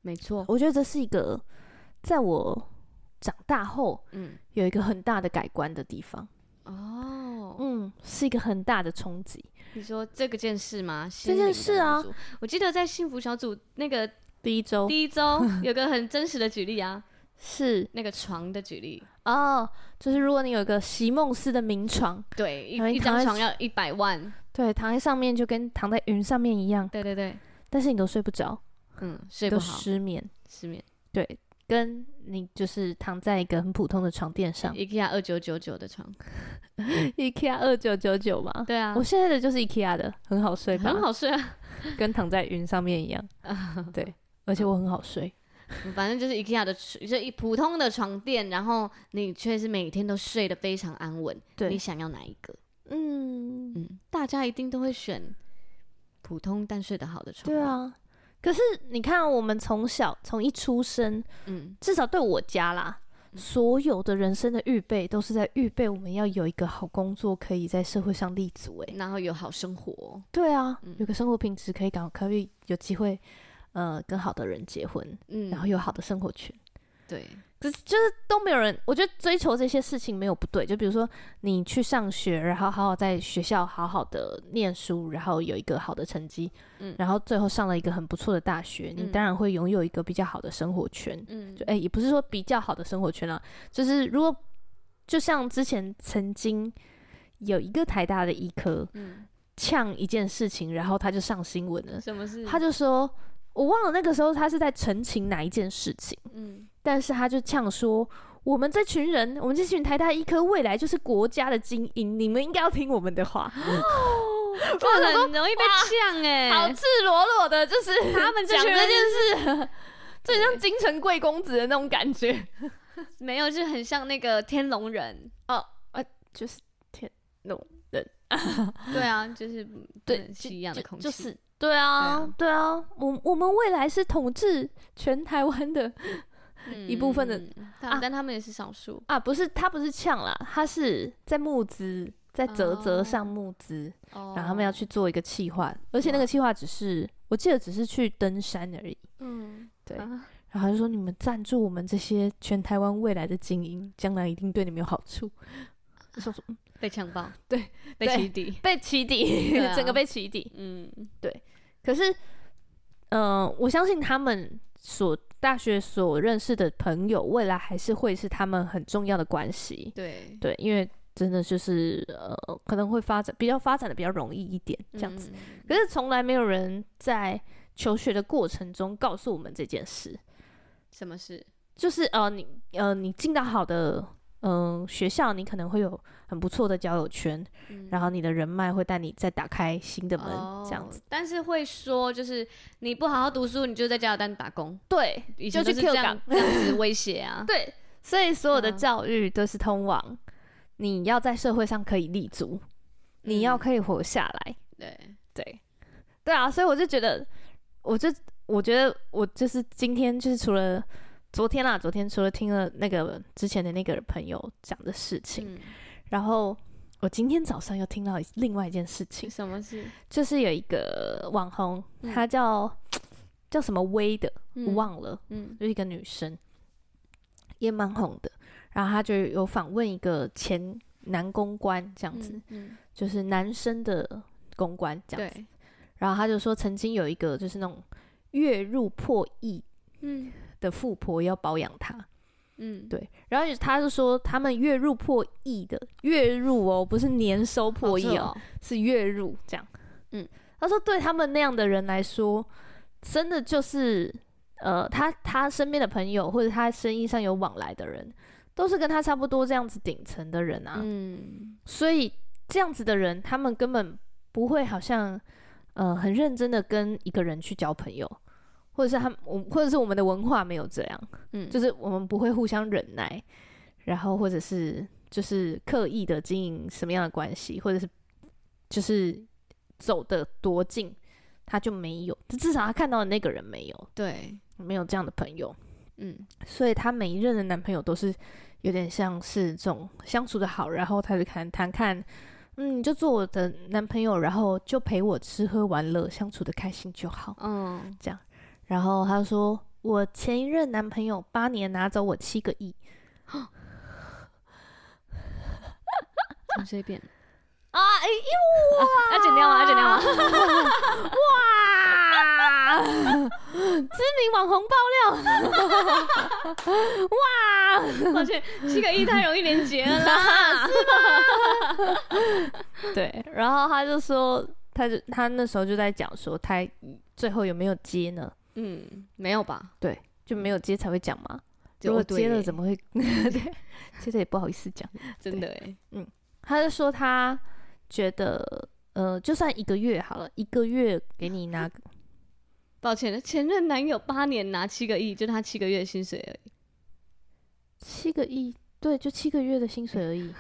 Speaker 1: 没错，
Speaker 2: 我觉得这是一个在我长大后
Speaker 1: 嗯
Speaker 2: 有一个很大的改观的地方，
Speaker 1: 哦，
Speaker 2: 嗯，是一个很大的冲击。
Speaker 1: 你说这个件事吗？
Speaker 2: 这件事啊
Speaker 1: 心灵的满足，我记得在幸福小组那个
Speaker 2: 第一周
Speaker 1: 第一
Speaker 2: [LAUGHS]
Speaker 1: 周有个很真实的举例啊，
Speaker 2: 是
Speaker 1: 那个床的举例，
Speaker 2: 哦，就是如果你有一个席梦思的名床，
Speaker 1: 对，一
Speaker 2: 然后你
Speaker 1: 一
Speaker 2: 躺
Speaker 1: 张
Speaker 2: 在
Speaker 1: 床要一百万，
Speaker 2: 对，躺在上面就跟躺在云上面一样，
Speaker 1: 对对对，
Speaker 2: 但是你都睡不着，
Speaker 1: 嗯，睡不
Speaker 2: 都
Speaker 1: 好，
Speaker 2: 失眠。
Speaker 1: 失眠。
Speaker 2: 对，跟你就是躺在一个很普通的床垫上
Speaker 1: IKEA 二九九九的床，
Speaker 2: ，IKEA 二九九九嘛。
Speaker 1: 嗯对啊
Speaker 2: 我，现在的就是 IKEA 的，很好睡吧？
Speaker 1: 很，好睡啊。
Speaker 2: 跟躺在云上面一
Speaker 1: [LAUGHS]
Speaker 2: 样。对，而且我很好睡。
Speaker 1: 嗯反正就是 IKEA 的，就一普通的床垫，然后你却是每天都睡得非常安稳。
Speaker 2: 对
Speaker 1: 你想要哪一个？
Speaker 2: 嗯，
Speaker 1: 嗯，大家一定都会选普通但睡得好的床。
Speaker 2: 对，啊。可是你看啊、我们从小从一出生，
Speaker 1: 嗯，
Speaker 2: 至少对我家啦，所有的人生的预备都是在预备我们要有一个好工作，可以在社会上立足、欸。
Speaker 1: 然后有好生活，
Speaker 2: 对啊
Speaker 1: 嗯，
Speaker 2: 有个生活品质可以赶，可以有机会，呃，跟好的人结婚，
Speaker 1: 嗯，
Speaker 2: 然后有好的生活圈。
Speaker 1: 对，
Speaker 2: 可是就是都没有人，我觉得追求这些事情没有不对。就比如说你去上学，然后好好在学校好好的念书，然后有一个好的成绩，
Speaker 1: 嗯
Speaker 2: 然后最后上了一个很不错的大学，你
Speaker 1: 嗯
Speaker 2: 当然会拥有一个比较好的生活圈。
Speaker 1: 嗯
Speaker 2: 就，哎、也不是说比较好的生活圈啦，就是如果就像之前曾经有一个台大的医科
Speaker 1: 嗯，
Speaker 2: 呛一件事情，然后他就上新闻了，
Speaker 1: 什么事？
Speaker 2: 他就说，我忘了那个时候他是在澄清哪一件事情，
Speaker 1: 嗯， [LAUGHS]
Speaker 2: 但是他就呛说。我们这群人，我们这群台大医科未来就是国家的精英，你们应该要听我们的话。
Speaker 1: 这个很容易被呛哎、
Speaker 2: 好赤裸裸的，就是
Speaker 1: 他们这
Speaker 2: 讲
Speaker 1: 群
Speaker 2: 这
Speaker 1: 人
Speaker 2: 件事，就很像京城贵公子的那种感觉。
Speaker 1: 没有，就很像那个天龙
Speaker 2: [LAUGHS]
Speaker 1: 人。
Speaker 2: 就是
Speaker 1: 对啊，就是
Speaker 2: 对
Speaker 1: 嗯
Speaker 2: 就是
Speaker 1: 一样的空气，
Speaker 2: 就是对啊，对啊，我我们未来是统治全台湾的一部分的
Speaker 1: 嗯他们
Speaker 2: 啊
Speaker 1: 但他们也是少数。
Speaker 2: 啊，不是他不是呛啦，他是在募资，在泽泽上
Speaker 1: 哦
Speaker 2: 募资，
Speaker 1: 哦
Speaker 2: 然后他们要去做一个企划，而且那个
Speaker 1: 哇
Speaker 2: 企划只是我记得只是去登山而已，
Speaker 1: 嗯，
Speaker 2: 对，
Speaker 1: 啊
Speaker 2: 然后他就说你们赞助我们这些全台湾未来的精英，将来一定对你们有好处。我想说嗯
Speaker 1: 被强暴，
Speaker 2: 对，
Speaker 1: 被
Speaker 2: 对
Speaker 1: 起底，
Speaker 2: 被起底，
Speaker 1: 对啊
Speaker 2: 整个被起底，
Speaker 1: 嗯
Speaker 2: 可是，嗯、我相信他们所大学所认识的朋友，未来还是会是他们很重要的关系。
Speaker 1: 对，
Speaker 2: 对，因为真的就是呃，可能会发展比较发展的比较容易一点这样子。
Speaker 1: 嗯，
Speaker 2: 可是从来没有人在求学的过程中告诉我们这件事，
Speaker 1: 什么事？
Speaker 2: 就是呃，你呃，你进到好的。嗯，学校你可能会有很不错的交友圈，
Speaker 1: 嗯
Speaker 2: 然后你的人脉会带你再打开新的门，这样子。
Speaker 1: 哦。但是会说，就是你不好好读书，你就在加油站打工，
Speaker 2: 对，
Speaker 1: 以前都
Speaker 2: 就
Speaker 1: 是
Speaker 2: 去
Speaker 1: 这
Speaker 2: Q
Speaker 1: 样这样
Speaker 2: [LAUGHS]
Speaker 1: 子威胁啊。
Speaker 2: 对，所以所有的
Speaker 1: 嗯
Speaker 2: 教育都是通往、你要在社会上可以立足，你要
Speaker 1: 嗯
Speaker 2: 可以活下来。
Speaker 1: 对，嗯
Speaker 2: 对，对啊，所以我就觉得，我就我觉得我就是今天就是除了昨天啦，昨天除了听了那个之前的那个朋友讲的事情，
Speaker 1: 嗯，
Speaker 2: 然后。我今天早上又听到另外一件事情，
Speaker 1: 什么事？
Speaker 2: 就是有一个网红，
Speaker 1: 嗯
Speaker 2: 她叫、叫什么薇的，我
Speaker 1: 嗯，
Speaker 2: 忘了，
Speaker 1: 嗯
Speaker 2: 就是一个女生，也蛮红的。然后她就有访问一个前男公关这样子，
Speaker 1: 嗯嗯，
Speaker 2: 就是男生的公关这样子。
Speaker 1: 对，
Speaker 2: 然后她就说，曾经有一个就是那种月入破亿
Speaker 1: 嗯
Speaker 2: 的富婆要包养她，
Speaker 1: 嗯，
Speaker 2: 对。然后她就说，他们月入破亿的月入哦，不是年收
Speaker 1: 好
Speaker 2: 破亿
Speaker 1: 扯 [LAUGHS]
Speaker 2: 哦，是月入这样。
Speaker 1: 嗯，
Speaker 2: 他说对他们那样的人来说，真的就是呃，他他身边的朋友或者他生意上有往来的人，都是跟他差不多这样子顶层的人啊，
Speaker 1: 嗯，
Speaker 2: 所以这样子的人，他们根本不会好像呃很认真的跟一个人去交朋友。或者是他们，我或者是我们的文化没有这样，
Speaker 1: 嗯，
Speaker 2: 就是我们不会互相忍耐，然后或者是就是刻意的经营什么样的关系，或者是就是走的多近，他就没有，至少他看到的那个人没有
Speaker 1: 对，
Speaker 2: 没有这样的朋友，
Speaker 1: 嗯
Speaker 2: 所以他每一任的男朋友都是有点像是这种相处的好，然后他就看谈看。嗯，你就做我的男朋友，然后就陪我吃喝玩乐，相处的开心就好。
Speaker 1: 嗯，
Speaker 2: 然后他说，我前一任男朋友八年拿走我七个亿， [LAUGHS]
Speaker 1: 从随便，
Speaker 2: 啊！哎呦哇！
Speaker 1: 啊要剪掉吗？要剪掉吗？
Speaker 2: 哇！知名网红爆料，哇！
Speaker 1: [LAUGHS] 抱歉，七个亿太容易连结了啦。
Speaker 2: [LAUGHS] 对，然后他就说，他就他那时候就在讲说，他最后有没有接呢？
Speaker 1: 嗯，没有吧？哦
Speaker 2: 就没有接才会讲嘛。
Speaker 1: 结
Speaker 2: 如
Speaker 1: 果
Speaker 2: 果接了，怎
Speaker 1: 么
Speaker 2: 么会？ [LAUGHS] 对，接着也不好意思讲。
Speaker 1: 真的哎？
Speaker 2: 他就说他觉得，呃，就算一个月好了，一个月给你拿，
Speaker 1: 抱歉，前任男友八年拿七个亿，就他七个月的薪水而已。
Speaker 2: 七个亿，对，就七个月的薪水而 [LAUGHS] 已。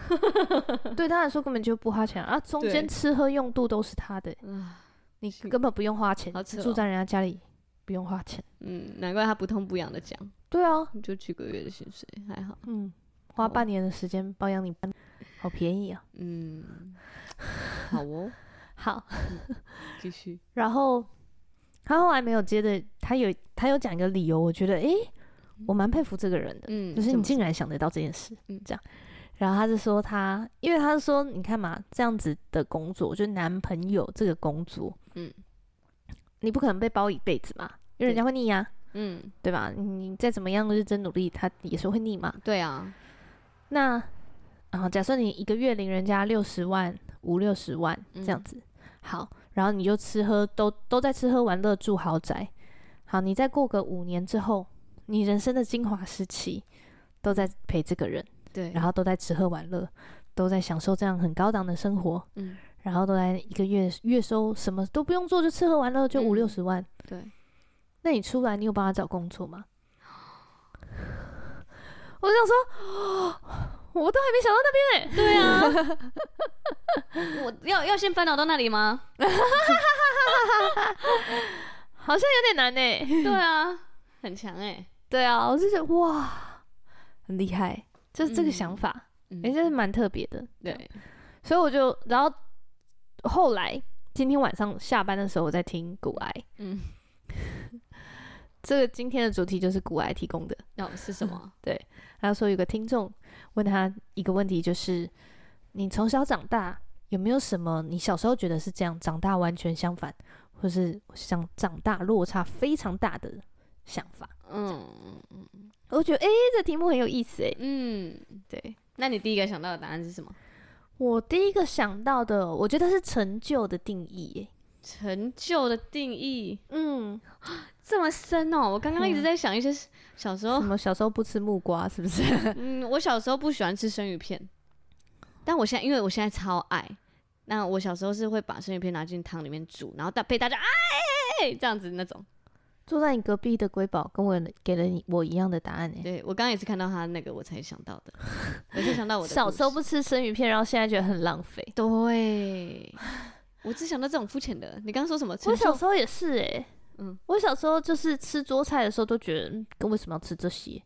Speaker 2: 对他来说根本就不花钱啊，中
Speaker 1: 对
Speaker 2: 间吃喝用度都是他的，
Speaker 1: 啊，
Speaker 2: 你根本不用花钱，
Speaker 1: 好扯哦
Speaker 2: 住在人家家里不用花钱。
Speaker 1: 嗯，难怪他不痛不痒的讲，
Speaker 2: 对啊，
Speaker 1: 就几个月的薪水还好。
Speaker 2: 嗯，花半年的时间包养你，嗯好便宜啊。 [LAUGHS]
Speaker 1: 嗯，好哦，
Speaker 2: 好，
Speaker 1: 继续。
Speaker 2: 然后他后来没有接的，他有他有讲一个理由，我觉得诶，我蛮佩服这个人的，
Speaker 1: 嗯，
Speaker 2: 就是
Speaker 1: 怎
Speaker 2: 你
Speaker 1: 么
Speaker 2: 竟然想得到这件事，
Speaker 1: 嗯
Speaker 2: 这样。然后他就说他，因为他就说你看嘛，这样子的工作，就是男朋友这个工作，
Speaker 1: 嗯，
Speaker 2: 你不可能被包一辈子嘛，因为人家会腻呀、
Speaker 1: 嗯，
Speaker 2: 对吧？你你再怎么样认真努力，他也是会腻嘛。
Speaker 1: 对啊，
Speaker 2: 那啊，假设你一个月领人家六十万、五六十万这
Speaker 1: 嗯
Speaker 2: 样子，好，然后你就吃喝都都在吃喝玩乐住豪宅，好，你再过个五年之后，你人生的精华时期都在陪这个人，
Speaker 1: 对，
Speaker 2: 然后都在吃喝玩乐，都在享受这样很高档的生活，
Speaker 1: 嗯，
Speaker 2: 然后都在一个月月收什么都不用做，就吃喝玩乐就五六
Speaker 1: 嗯
Speaker 2: 十万，
Speaker 1: 对，
Speaker 2: 那你出来，你有帮他找工作吗？ [GASPS] 我就想说，我都还没想到那边哎、
Speaker 1: 对啊， [LAUGHS] 我要要先烦恼到那里吗？
Speaker 2: 好像有点难哎、
Speaker 1: 对啊，很强哎、
Speaker 2: [LAUGHS] 对啊，我就觉得哇，很厉害，就是这个想法，
Speaker 1: 嗯
Speaker 2: 哎、这是蛮特别的。
Speaker 1: 对，
Speaker 2: 所以我就，然后后来今天晚上下班的时候，我在听古癌，
Speaker 1: 嗯，
Speaker 2: [LAUGHS] 这个今天的主题就是古癌提供的。
Speaker 1: 那、哦、是什么？
Speaker 2: 他说有个听众问他一个问题，就是你从小长大有没有什么你小时候觉得是这样，长大完全相反，或是想长大落差非常大的想法？
Speaker 1: [LAUGHS] 嗯
Speaker 2: 我觉得诶，这题目很有意思诶。
Speaker 1: 嗯，
Speaker 2: 对
Speaker 1: 那你第一个想到的答案是什么？
Speaker 2: 我第一个想到的，我觉得是成就的定义诶。
Speaker 1: 成就的定义
Speaker 2: 嗯，
Speaker 1: 这么深哦，我刚刚一直在想一些小时候
Speaker 2: 什，么小时候不吃木瓜是不是？ [LAUGHS]
Speaker 1: 嗯，我小时候不喜欢吃生鱼片，但我现在因为我现在超爱，那我小时候是会把生鱼片拿进汤里面煮，然后大被大家哎这样子那种。
Speaker 2: 坐在你隔壁的瑰宝跟我给了你我一样的答案欸诶。
Speaker 1: 对我刚刚也是看到他那个我才想到的，我就想到我的
Speaker 2: 小
Speaker 1: 故
Speaker 2: 时候
Speaker 1: 事
Speaker 2: 不吃生鱼片，然后现在觉得很浪费。
Speaker 1: 对， [SIGHS] 我只想到这种肤浅的。你刚刚说什么？
Speaker 2: 我
Speaker 1: 成
Speaker 2: 小
Speaker 1: 就
Speaker 2: 时候也是哎、
Speaker 1: 嗯
Speaker 2: 我小时候就是吃桌菜的时候都觉得，嗯为什么要吃这些？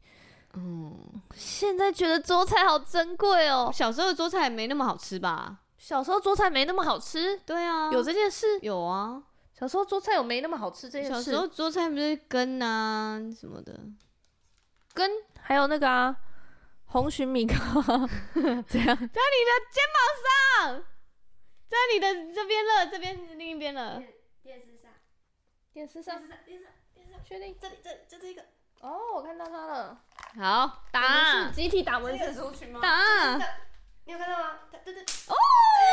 Speaker 1: 嗯，
Speaker 2: 现在觉得桌菜好珍贵哦。
Speaker 1: 小时候的桌菜没那么好吃吧？
Speaker 2: 小时候桌菜没那么好吃，
Speaker 1: 对啊，
Speaker 2: 有这件事。
Speaker 1: 有啊，
Speaker 2: 小时候桌菜有没那么好吃这
Speaker 1: 小
Speaker 2: 件
Speaker 1: 时候
Speaker 2: 事，
Speaker 1: 做菜不是羹啊什么的，
Speaker 2: 跟还有那个啊，红鲟米糕啊这样。
Speaker 1: 在你的肩膀上，在你的这边了，这边另一边了。
Speaker 2: 电视上，电视上，确定？这里，这就这一个。哦，我看到它了。
Speaker 1: 好，打
Speaker 2: 我们是集体打蚊子族群吗？
Speaker 1: 打，
Speaker 3: 你有看到吗？对对对，
Speaker 1: 哦，
Speaker 2: 哎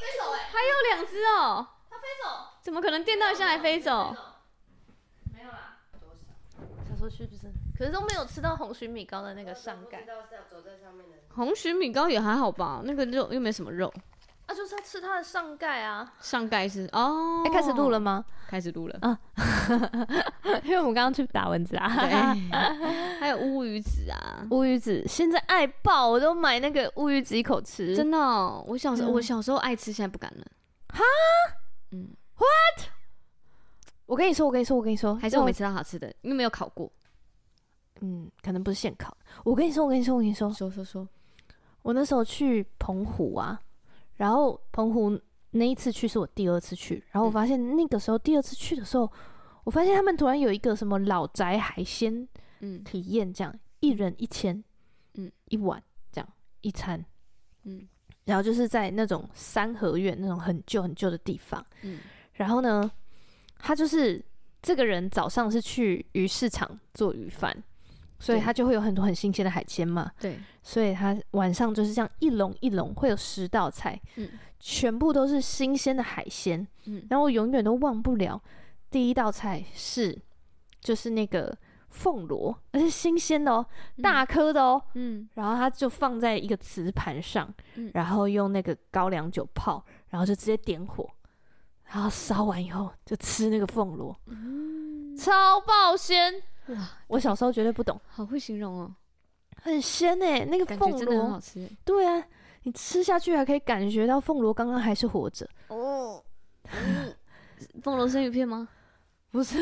Speaker 3: 分手哎，
Speaker 1: 还有两只哦，
Speaker 3: 他分手，
Speaker 1: 怎么可能电到一下还飞走？
Speaker 3: 没有啦，多少？
Speaker 2: 小时候是不是？可是都没有吃到红鲟米糕的那个上
Speaker 3: 不
Speaker 2: 感
Speaker 3: 知道是要走在上面的。
Speaker 1: 红曲米糕也还好吧，那个肉又没什么肉，
Speaker 2: 啊，就是要吃它的上盖啊。
Speaker 1: 上盖是哦。
Speaker 2: 哎、开始录了，吗？
Speaker 1: 开始 [LAUGHS] 录了。
Speaker 2: [LAUGHS] 因为我们刚刚去打蚊子啊。
Speaker 1: 对，还有乌鱼子啊，
Speaker 2: 乌鱼子现在爱爆，我都买那个乌鱼子一口吃。
Speaker 1: 真的哦、我小时候、
Speaker 2: 嗯
Speaker 1: 我小时候爱吃，现在不敢了。嗯
Speaker 2: 我跟你说，我跟你说，我跟你说，
Speaker 1: 还是我没吃到好吃的，因为没有烤过。
Speaker 2: 嗯，可能不是现烤。我跟你说，我跟你说，我跟你说，
Speaker 1: 说说说，
Speaker 2: 我那时候去澎湖啊，然后澎湖那一次去是我第二次去，然后我发现那个时候第二次去的时候，我发现他们突然有一个什么老宅海鲜
Speaker 1: 嗯 [LAUGHS]
Speaker 2: 体验，这样一人一千，
Speaker 1: 嗯，
Speaker 2: 一碗这样一餐，
Speaker 1: 嗯
Speaker 2: 然后就是在那种三合院那种很旧很旧的地方。
Speaker 1: 嗯
Speaker 2: 然后呢，他就是这个人早上是去鱼市场做鱼贩，所以
Speaker 1: 对
Speaker 2: 它就会有很多很新鲜的海鲜嘛。
Speaker 1: 对，
Speaker 2: 所以它晚上就是这样一笼一笼会有十道菜，
Speaker 1: 嗯
Speaker 2: 全部都是新鲜的海鲜。
Speaker 1: 嗯，
Speaker 2: 然后我永远都忘不了第一道菜是就是那个凤螺，而且新鲜的哦，大颗的哦。
Speaker 1: 嗯
Speaker 2: 然后它就放在一个瓷盘上，
Speaker 1: 嗯
Speaker 2: 然后用那个高粱酒泡，然后就直接点火，然后烧完以后就吃那个凤螺，
Speaker 1: 嗯，
Speaker 2: 超爆鲜！
Speaker 1: 哇，
Speaker 2: 我小时候绝对不懂，
Speaker 1: 好会形容哦，
Speaker 2: 很鲜哎、那个
Speaker 1: 感
Speaker 2: 凤
Speaker 1: 觉真的很
Speaker 2: 螺
Speaker 1: 好，吃耶。
Speaker 2: 对啊，你吃下去还可以感觉到凤螺刚刚还是活着，
Speaker 1: 哦，凤螺生鱼片吗？
Speaker 2: 不是、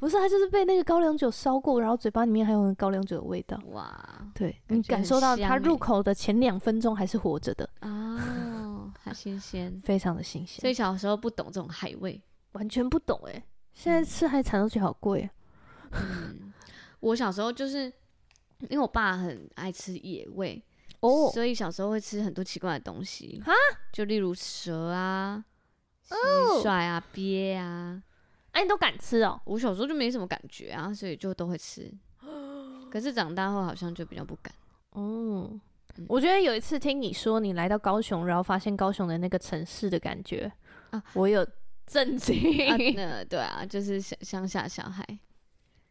Speaker 2: 不是，它就是被那个高粱酒烧过，然后嘴巴里面还有那个高粱酒的味道。
Speaker 1: [LAUGHS] [LAUGHS] 哇
Speaker 2: 对
Speaker 1: 感
Speaker 2: 你
Speaker 1: 觉
Speaker 2: 感
Speaker 1: 很
Speaker 2: 受到
Speaker 1: 香
Speaker 2: 它
Speaker 1: 欸
Speaker 2: 入口的前两分钟还是活着的，
Speaker 1: 哦，好新 [LAUGHS] 鲜。
Speaker 2: 非常的新鲜。
Speaker 1: 所以小时候不懂这种海味，
Speaker 2: 完全不懂哎、现在吃海产都觉得好贵、啊。
Speaker 1: [LAUGHS] 嗯，我小时候就是因为我爸很爱吃野味，
Speaker 2: 哦，
Speaker 1: 所以小时候会吃很多奇怪的东西
Speaker 2: 哈，
Speaker 1: 就例如蛇啊、蟋蟀啊、鳖啊。
Speaker 2: 哎、你都敢吃哦？
Speaker 1: 我小时候就没什么感觉啊，所以就都会 [LAUGHS] 吃。可是长大后好像就比较不 [LAUGHS] 敢。
Speaker 2: 嗯，我觉得有一次听你说你来到高雄，然后发现高雄的那个城市的感觉
Speaker 1: 啊
Speaker 2: 我有震惊，
Speaker 1: 啊，那对啊，就是乡乡下小孩，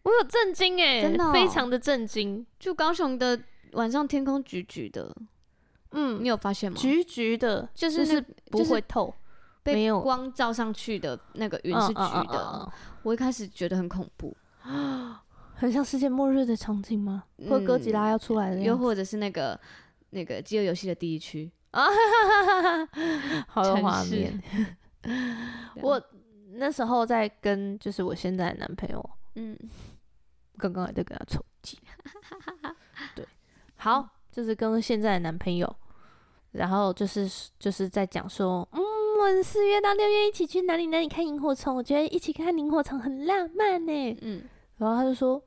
Speaker 2: 我有震惊哎、
Speaker 1: 真的哦
Speaker 2: 非常的震惊。
Speaker 1: 就高雄的晚上天空橘橘的，
Speaker 2: 嗯
Speaker 1: 你，有发现吗？
Speaker 2: 橘橘的，
Speaker 1: 就是
Speaker 2: 就是
Speaker 1: 那
Speaker 2: 不
Speaker 1: 就是
Speaker 2: 会透，没
Speaker 1: 被
Speaker 2: 有
Speaker 1: 光照上去的那个云
Speaker 2: 嗯
Speaker 1: 是橘
Speaker 2: 嗯嗯
Speaker 1: 的，
Speaker 2: 嗯
Speaker 1: 我一开始觉得很恐怖，
Speaker 2: 嗯很像世界末日的场景吗？
Speaker 1: 嗯
Speaker 2: 或哥吉拉要出来的样子，
Speaker 1: 又
Speaker 2: [LAUGHS]
Speaker 1: 或者是那个那个饥饿游戏的第一区，
Speaker 2: 好有
Speaker 1: 城
Speaker 2: 画
Speaker 1: 市
Speaker 2: [LAUGHS] 面。
Speaker 1: 对啊
Speaker 2: 我那时候在跟就是我现在的男朋友，
Speaker 1: 嗯，
Speaker 2: 刚刚还在跟他抽 [LAUGHS] 筋。对，好，就是跟现在的男朋友，然后就是就是在讲说，嗯，我们四月到六月一起去哪里哪里看萤火虫，我觉得一起看萤火虫很浪漫呢。
Speaker 1: 嗯，
Speaker 2: 然后他就说，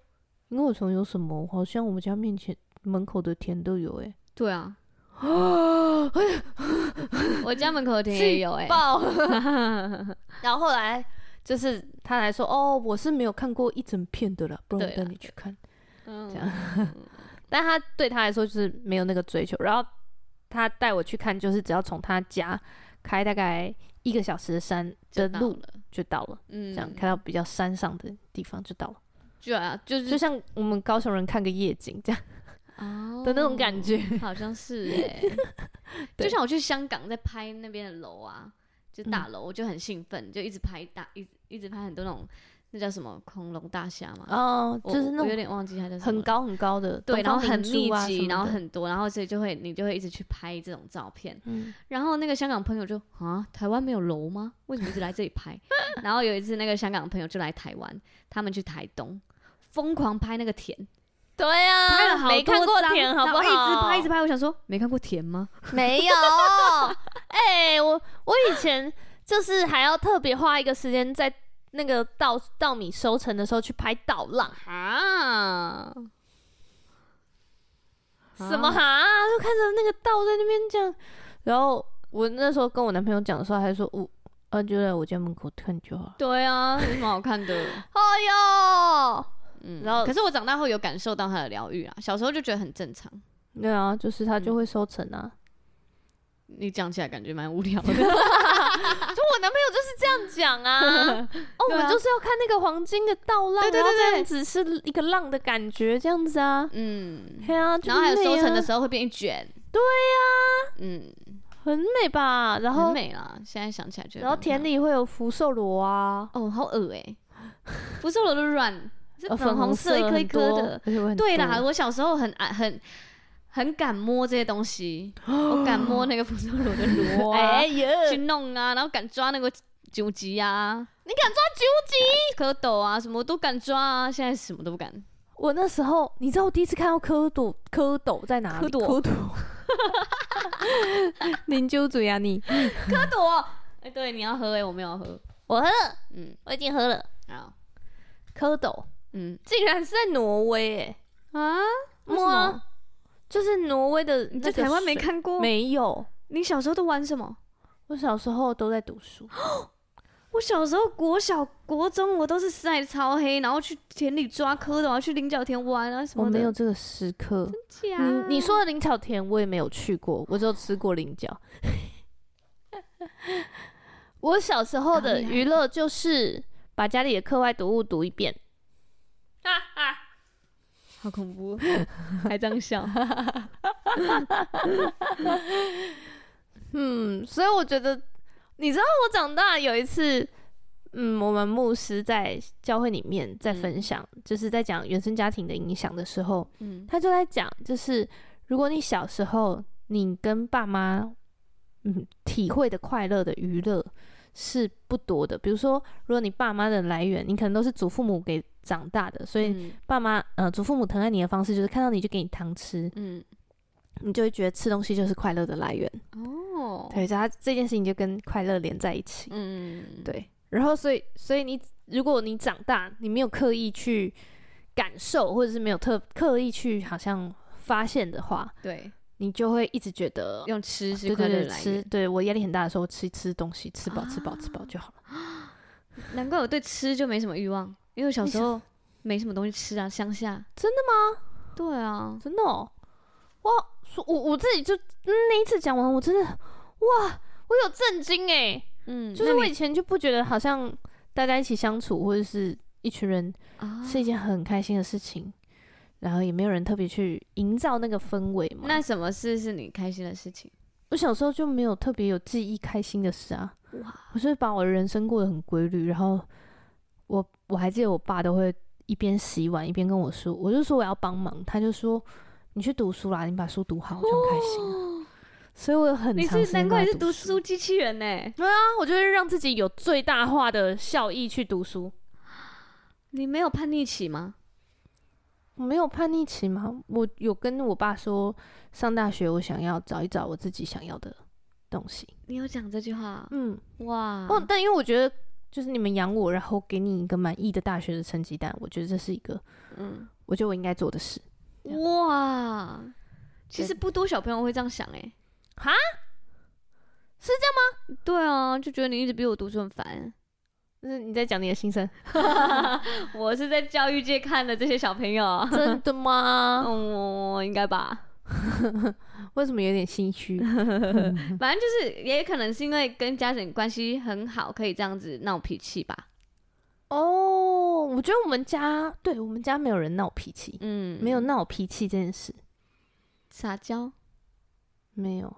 Speaker 2: 萤火虫有什么？好像我们家面前门口的田都有 [GASPS] 哎。
Speaker 1: 对啊，
Speaker 2: 啊！
Speaker 1: 我家门口的田
Speaker 2: 气
Speaker 1: 也有哎、
Speaker 2: 爆！ [LAUGHS]
Speaker 1: [LAUGHS]
Speaker 2: 然后后来就是他来说，哦，我是没有看过一整片的了，不然
Speaker 1: 对
Speaker 2: 我
Speaker 1: 啦
Speaker 2: 带你去看。这样
Speaker 1: 嗯，
Speaker 2: 但他对他来说就是没有那个追求。然后他带我去看，就是只要从他家开大概一个小时的山的
Speaker 1: 就到
Speaker 2: 路
Speaker 1: 了，
Speaker 2: 就到了，
Speaker 1: 嗯，
Speaker 2: 这样开到比较山上的地方就到了，
Speaker 1: 对啊，就是
Speaker 2: 就像我们高雄人看个夜景这样
Speaker 1: 哦
Speaker 2: 的那种感觉。
Speaker 1: 好像是哎、
Speaker 2: [LAUGHS] 对
Speaker 1: 就像我去香港在拍那边的楼啊，就大
Speaker 2: 嗯
Speaker 1: 楼，我就很兴奋，就一直拍大，一直一直拍很多那种，那叫什么恐龙大厦嘛，
Speaker 2: 哦，
Speaker 1: 我
Speaker 2: [LAUGHS] 就是那
Speaker 1: 我有
Speaker 2: 种
Speaker 1: 点忘记它叫什么
Speaker 2: 很
Speaker 1: 了。
Speaker 2: 高很高的，
Speaker 1: 对，
Speaker 2: 东
Speaker 1: 然后
Speaker 2: 方
Speaker 1: 很
Speaker 2: 明
Speaker 1: 密
Speaker 2: 珠啊
Speaker 1: 集，
Speaker 2: 什么
Speaker 1: 然后
Speaker 2: 的
Speaker 1: 很多，然后所以就会你就会一直去拍这种照片，
Speaker 2: 嗯
Speaker 1: 然后那个香港朋友就啊，台湾没有楼吗？为什么一直来这里拍？ [LAUGHS] 然后有一次那个香港朋友就来台湾，他们去台东，疯狂拍那个田，
Speaker 2: 对啊，
Speaker 1: 拍了好
Speaker 2: 没看
Speaker 1: 多
Speaker 2: 过
Speaker 1: 张
Speaker 2: 田好不
Speaker 1: 然后
Speaker 2: 好？
Speaker 1: 一直拍一直拍，我想说没看过田吗？
Speaker 2: 没有， [LAUGHS] 哎、我我以前就是还要特别花一个时间在那个稻稻米收成的时候去拍稻浪，
Speaker 1: 啊，
Speaker 2: 什么哈、就看着那个稻在那边这样，然后我那时候跟我男朋友讲的时候，他还说我。啊，就在我家门口看就好了。
Speaker 1: [LAUGHS] 对啊，有什么好看的？
Speaker 2: 哎呦，
Speaker 1: 嗯，
Speaker 2: 然后
Speaker 1: 可是我长大后有感受到他的疗愈啦，小时候就觉得很正常。
Speaker 2: 对啊，就是他就会收成啊。
Speaker 1: 你讲起来感觉蛮无聊的，
Speaker 2: 就我男朋友就是这样
Speaker 1: [LAUGHS]
Speaker 2: 讲啊。哦，我
Speaker 1: 对啊
Speaker 2: 们就是要看那个黄金的稻浪，
Speaker 1: 对对
Speaker 2: 然后
Speaker 1: 对
Speaker 2: 这
Speaker 1: 对
Speaker 2: 样子是一个浪的感觉，这样子啊。
Speaker 1: [LAUGHS]
Speaker 2: [LAUGHS]
Speaker 1: 嗯，
Speaker 2: 对啊，就是
Speaker 1: 然后还有
Speaker 2: 那
Speaker 1: 收成
Speaker 2: 样
Speaker 1: 的时候会变一卷，
Speaker 2: 对呀、
Speaker 1: 嗯，
Speaker 2: 啊很美吧？然
Speaker 1: 很
Speaker 2: 后
Speaker 1: 美啦。现在想起来觉得
Speaker 2: 然
Speaker 1: 蛮漂亮，
Speaker 2: 后田里会有福寿螺啊，
Speaker 1: 哦，好恶哎，福寿螺的卵是
Speaker 2: 呃
Speaker 1: 粉红色一颗一颗的，，
Speaker 2: 很多而且会很
Speaker 1: 对
Speaker 2: 多
Speaker 1: 啦，我小时候很爱很很敢摸这些东
Speaker 2: [GASPS]
Speaker 1: 西，我敢摸那个 [LAUGHS] 福寿螺的螺啊，
Speaker 2: 哎呀，
Speaker 1: 去弄啊，然后敢抓那个九级啊，你敢抓九级、 [LAUGHS] 蝌蚪啊，什么都敢抓啊，现在什么都不敢。
Speaker 2: 我那时候你知道我第一次看到蝌蚪，蝌蚪在哪里？
Speaker 1: 蝌蚪
Speaker 2: 蚪， [LAUGHS] 您揪嘴啊你！
Speaker 1: 蝌蚪，哎、对，你要喝哎、我没有喝，
Speaker 2: 我喝了，
Speaker 1: 嗯，
Speaker 2: 我已经喝了。
Speaker 1: 好，
Speaker 2: 蝌蚪
Speaker 1: 嗯
Speaker 2: 竟然是在挪威哎，
Speaker 1: 啊，为什
Speaker 2: 摸
Speaker 1: 么
Speaker 2: 啊，就是挪威的
Speaker 1: 你
Speaker 2: 那
Speaker 1: 在
Speaker 2: 个
Speaker 1: 台湾没
Speaker 2: 水？
Speaker 1: 看过？
Speaker 2: 没有，
Speaker 1: 你小时候都玩什么？
Speaker 2: 我小时候都在读书，
Speaker 1: 我小时候国小、国中，我都是晒超黑，然后去田里抓蝌蚪啊，去菱角田玩啊什
Speaker 3: 我
Speaker 1: 么的。
Speaker 3: 没有这个时刻，
Speaker 1: 假的
Speaker 2: 你你说的啊菱角田我也没有去过，我只有吃过菱角。 [LAUGHS] 我小时候的娱乐就是把家里的课外读物读一遍，
Speaker 1: 好恐怖，哦还这样笑。
Speaker 2: 嗯，所以我觉得，你知道我长大有一次，嗯，我们牧师在教会里面在分享，就是在讲原生家庭的影响的时候，
Speaker 1: 嗯
Speaker 2: 他就在讲，就是如果你小时候你跟爸妈，嗯，体会的快乐的娱乐是不多的。比如说，如果你爸妈的来源，你可能都是祖父母给长大的，所以
Speaker 1: 嗯
Speaker 2: 爸妈，呃，祖父母疼爱你的方式就是看到你就给你糖吃，
Speaker 1: 嗯
Speaker 2: 你就会觉得吃东西就是快乐的来源。
Speaker 1: 哦，
Speaker 2: 对，所以他这件事情就跟快乐连在一起。
Speaker 1: 嗯，
Speaker 2: 对，然后所以所以你如果你长大，你没有刻意去感受，或者是没有特刻意去好像发现的话，
Speaker 1: 对，
Speaker 2: 你就会一直觉得
Speaker 1: 用吃是
Speaker 2: 啊对
Speaker 1: 快
Speaker 2: 对
Speaker 1: 乐
Speaker 2: 对
Speaker 1: 的来源。啊
Speaker 2: 吃，对我压力很大的时候，吃吃东西，吃饱吃饱吃饱就好了。
Speaker 1: 难怪我对吃就没什么欲望，因为我小时候没什么东西吃啊，乡下。
Speaker 2: 真
Speaker 1: 的吗？对啊，
Speaker 2: 真的、哦，哇！说我我自己就、嗯那一次讲完，我真的哇，我有震惊欸诶，
Speaker 1: 嗯，
Speaker 2: 就是我以前就不觉得好像大家一起相处或者是一群人
Speaker 1: 啊，
Speaker 2: 是一件很开心的事情，然后也没有人特别去营造那个氛围嘛。
Speaker 1: 那什么啊事是你开心的事情？
Speaker 2: 我小时候就没有特别有记忆开心的事啊，我就是把我的人生过得很规律，然后我我还记得我爸都会一边洗碗一边跟我说，我就说我要帮忙，他就说你去读书啦，你把书读好，我就很开心了。
Speaker 1: 哦，
Speaker 2: 所以我有很
Speaker 1: 你
Speaker 2: 长时
Speaker 1: 是
Speaker 2: 间
Speaker 1: 难
Speaker 2: 都
Speaker 1: 怪
Speaker 2: 在
Speaker 1: 是读
Speaker 2: 书
Speaker 1: 书机器人呢、
Speaker 2: 啊，我就会让自己有最大化的效益去读书。
Speaker 1: 你没有叛逆期吗？
Speaker 2: 我没有叛逆期吗？我有跟我爸说，上大学我想要找一找我自己想要的东西。
Speaker 1: 你有讲这句话？
Speaker 2: 嗯，
Speaker 1: 哇，
Speaker 2: 哦，但因为我觉得就是你们养我，然后给你一个满意的大学的成绩单，我觉得这是一个，
Speaker 1: 嗯，
Speaker 2: 我觉得我应该做的事。
Speaker 1: 哇，其实不多小朋友会这样想哎、
Speaker 2: 哈，是
Speaker 1: 这样吗？ [LAUGHS] 对啊，就觉得你一直逼我读书很
Speaker 2: [LAUGHS]
Speaker 1: 烦。
Speaker 2: 就是你在讲你的心声，
Speaker 1: 我是在教育界看的这些小朋友，
Speaker 2: [LAUGHS]
Speaker 1: 啊
Speaker 2: 真的吗？
Speaker 1: 嗯，应该 [LAUGHS] 吧。
Speaker 2: [LAUGHS] 为什么有点心虚？ [LAUGHS]
Speaker 1: 反正就是，也可能是因为跟家人关系很好，可以这样子闹脾气吧。
Speaker 2: 哦，我觉得我们家，对我们家没有人闹脾气，
Speaker 1: 嗯，
Speaker 2: 没有闹脾气这件事，
Speaker 1: 撒娇，
Speaker 2: 没有。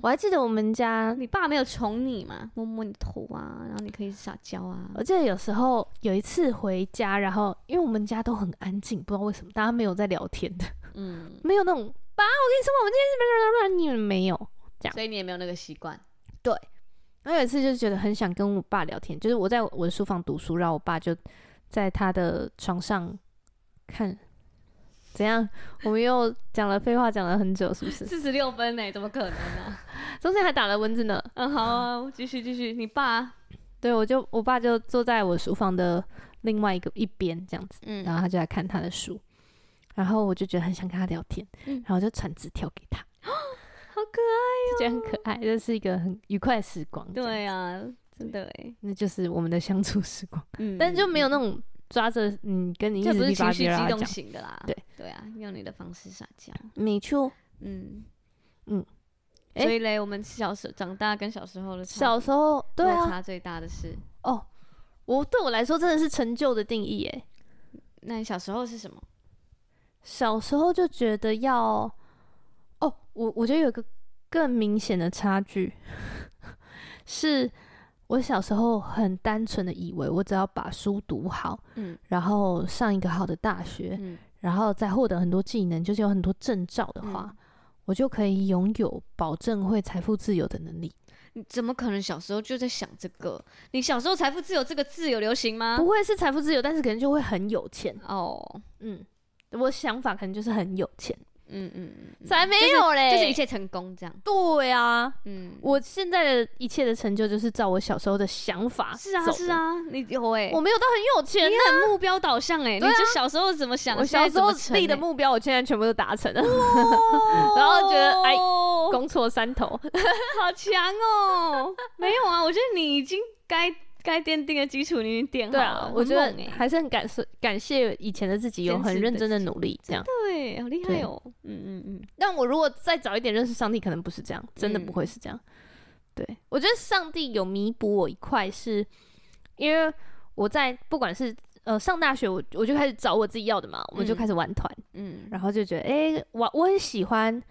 Speaker 2: 我还记得我们家
Speaker 1: 你爸没有宠你嘛，摸摸你头啊，然后你可以撒娇啊。
Speaker 2: 我记得有时候有一次回家，然后因为我们家都很安静，不知道为什么大家没有在聊天的， [LAUGHS]
Speaker 1: 嗯，
Speaker 2: 没有那种爸，我跟你说，我们今天是不是你们没有。
Speaker 1: 所以你也没有那个习惯。
Speaker 2: 然后有一次就觉得很想跟我爸聊天，就是我在我的书房读书，然后我爸就在他的床上看。怎样？我们又讲了废话，讲了很久，是不是？ [LAUGHS]
Speaker 1: 四十六分呢、怎么可能呢、啊？
Speaker 2: 中间还打了蚊子呢。
Speaker 1: 嗯，好啊，继续继续。你爸，
Speaker 2: 对，我就我爸就坐在我书房的另外一个一边这样子。然
Speaker 1: 嗯，
Speaker 2: 后他就在看他的书，然后我就觉得很想跟他聊天，
Speaker 1: 嗯
Speaker 2: 然后我就传纸条给他，
Speaker 1: 好可爱。
Speaker 2: 就觉得很可爱，这是一个很愉快的时光。这样
Speaker 1: 对啊，真的哎、
Speaker 2: 那就是我们的相处时光，
Speaker 1: 嗯，
Speaker 2: 但就没有那种抓着你跟你一
Speaker 1: 这
Speaker 2: 直
Speaker 1: 不是
Speaker 2: 噼
Speaker 1: 情
Speaker 2: 啪
Speaker 1: 绪
Speaker 2: 噼
Speaker 1: 激
Speaker 2: 啪
Speaker 1: 动
Speaker 2: 讲，
Speaker 1: 型的啦。
Speaker 2: 对
Speaker 1: 对啊，用你的方式撒娇。
Speaker 2: 没错。
Speaker 1: 嗯
Speaker 2: 嗯，诶
Speaker 1: 所以嘞，我们小时候长大跟小时候的差
Speaker 2: 小时候对
Speaker 1: 落
Speaker 2: 啊，
Speaker 1: 差最大的是，
Speaker 2: 哦，我对我来说真的是成就的定义诶。
Speaker 1: 那你小时候是什么？
Speaker 2: 小时候就觉得要，哦，我我觉得有一个更明显的差距，是我小时候很单纯的以为我只要把书读好，
Speaker 1: 嗯
Speaker 2: 然后上一个好的大学，
Speaker 1: 嗯，
Speaker 2: 然后再获得很多技能，就是有很多证照的话，
Speaker 1: 嗯
Speaker 2: 我就可以拥有保证会财富自由的能力。
Speaker 1: 你怎么可能小时候就在想这个？你小时候财富自由这个字有流行吗？
Speaker 2: 不会是财富自由，但是可能就会很有钱。
Speaker 1: 哦，
Speaker 2: 嗯，我想法可能就是很有钱，
Speaker 1: 嗯嗯嗯嗯，
Speaker 2: 才没有嘞，
Speaker 1: 就是一切成功这样。
Speaker 2: 对啊，
Speaker 1: 嗯，
Speaker 2: 我现在的一切的成就，就是照我小时候的想法
Speaker 1: 是啊
Speaker 2: 走的
Speaker 1: 是，啊，你有
Speaker 3: 欸
Speaker 1: 哎、
Speaker 2: 我没有到很有钱
Speaker 1: 你
Speaker 2: 啊。
Speaker 1: 很目标导向哎、你
Speaker 2: 对啊
Speaker 1: 就小时候怎么想，
Speaker 2: 我
Speaker 1: 现
Speaker 2: 小
Speaker 1: 在
Speaker 2: 时
Speaker 1: 怎
Speaker 2: 候
Speaker 1: 么成
Speaker 2: 立的
Speaker 1: 欸，
Speaker 2: 目标，我现在全部都达成了， [LAUGHS] 然后觉得
Speaker 1: [LAUGHS]
Speaker 2: 哎，
Speaker 1: 哦，
Speaker 2: 攻错山头。
Speaker 1: 好强哦！没有啊，我觉得你已经该
Speaker 3: 该 [LAUGHS] 奠定的基础你已经奠
Speaker 2: [LAUGHS]
Speaker 3: 好
Speaker 2: 对
Speaker 3: 了
Speaker 2: 啊，，我
Speaker 3: 很
Speaker 2: 觉
Speaker 3: 猛
Speaker 2: 得
Speaker 3: 欸
Speaker 2: 还是很感谢感谢以前的自己，有
Speaker 3: 坚
Speaker 2: 很
Speaker 3: 持
Speaker 2: 认
Speaker 3: 的
Speaker 2: 真的
Speaker 3: 自己
Speaker 2: 努力这样。
Speaker 3: 对，好厉害
Speaker 2: 对
Speaker 3: 哦，嗯嗯嗯，
Speaker 2: 但我如果再早一点认识上帝，可能不是这样，真的不
Speaker 3: 嗯
Speaker 2: 会是这样。对我觉得上帝有弥补我一块，是因为我在不管是呃上大学，我我就开始找我自己要的嘛，我就
Speaker 3: 嗯
Speaker 2: 开始玩团，
Speaker 3: 嗯，
Speaker 2: 然后就觉得诶，我我很喜欢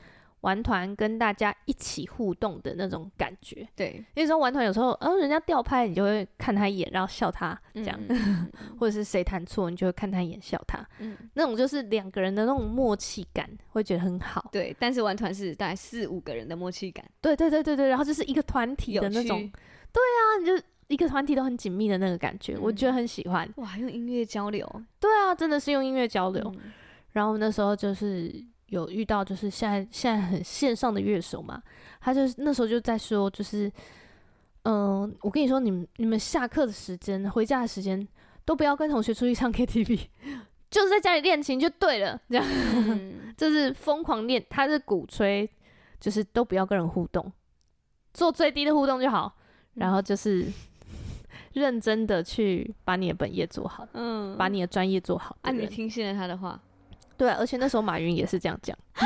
Speaker 2: 玩团跟大家一起互动的那种感觉。
Speaker 3: 对，
Speaker 2: 那时候玩团有时候，哦，人家吊拍，你就会看他一眼，然后笑他这样，
Speaker 3: 嗯，嗯
Speaker 2: 或者是谁弹错，你就会看他一眼笑他，
Speaker 3: 嗯嗯
Speaker 2: 那种就是两个人的那种默契感，会觉得很好。
Speaker 3: [LAUGHS] 对，但是玩团是大概四五个人的默契感，
Speaker 2: 对对对对对，然后就是一个团体的
Speaker 3: 有
Speaker 2: 那种
Speaker 3: 趣，
Speaker 2: 啊，你就一个团体都很紧密的那个感觉，我觉得很喜欢。
Speaker 3: 哇，用音乐交流，
Speaker 2: 对啊，真的是用音乐交流。
Speaker 3: 嗯
Speaker 2: 然后那时候就是有遇到，就是现在现在很线上的乐手嘛，他就是那时候就在说，就是嗯、我跟你说，你们你们下课的时间、回家的时间都不要跟同学出去唱 KTV，就是 [LAUGHS] 在家里练琴就对了， [LAUGHS] 这样
Speaker 3: 嗯
Speaker 2: 就是疯狂练，他是鼓吹，就是都不要跟人互动，做最低的互动就好，然后就是认真的去把你的本业做好，
Speaker 3: [LAUGHS] 嗯，
Speaker 2: 把你的专业做好的
Speaker 3: 啊，
Speaker 2: 人。
Speaker 3: 你听信了他的话，
Speaker 2: 对啊，而且那时候马云也是这样讲。 [LAUGHS]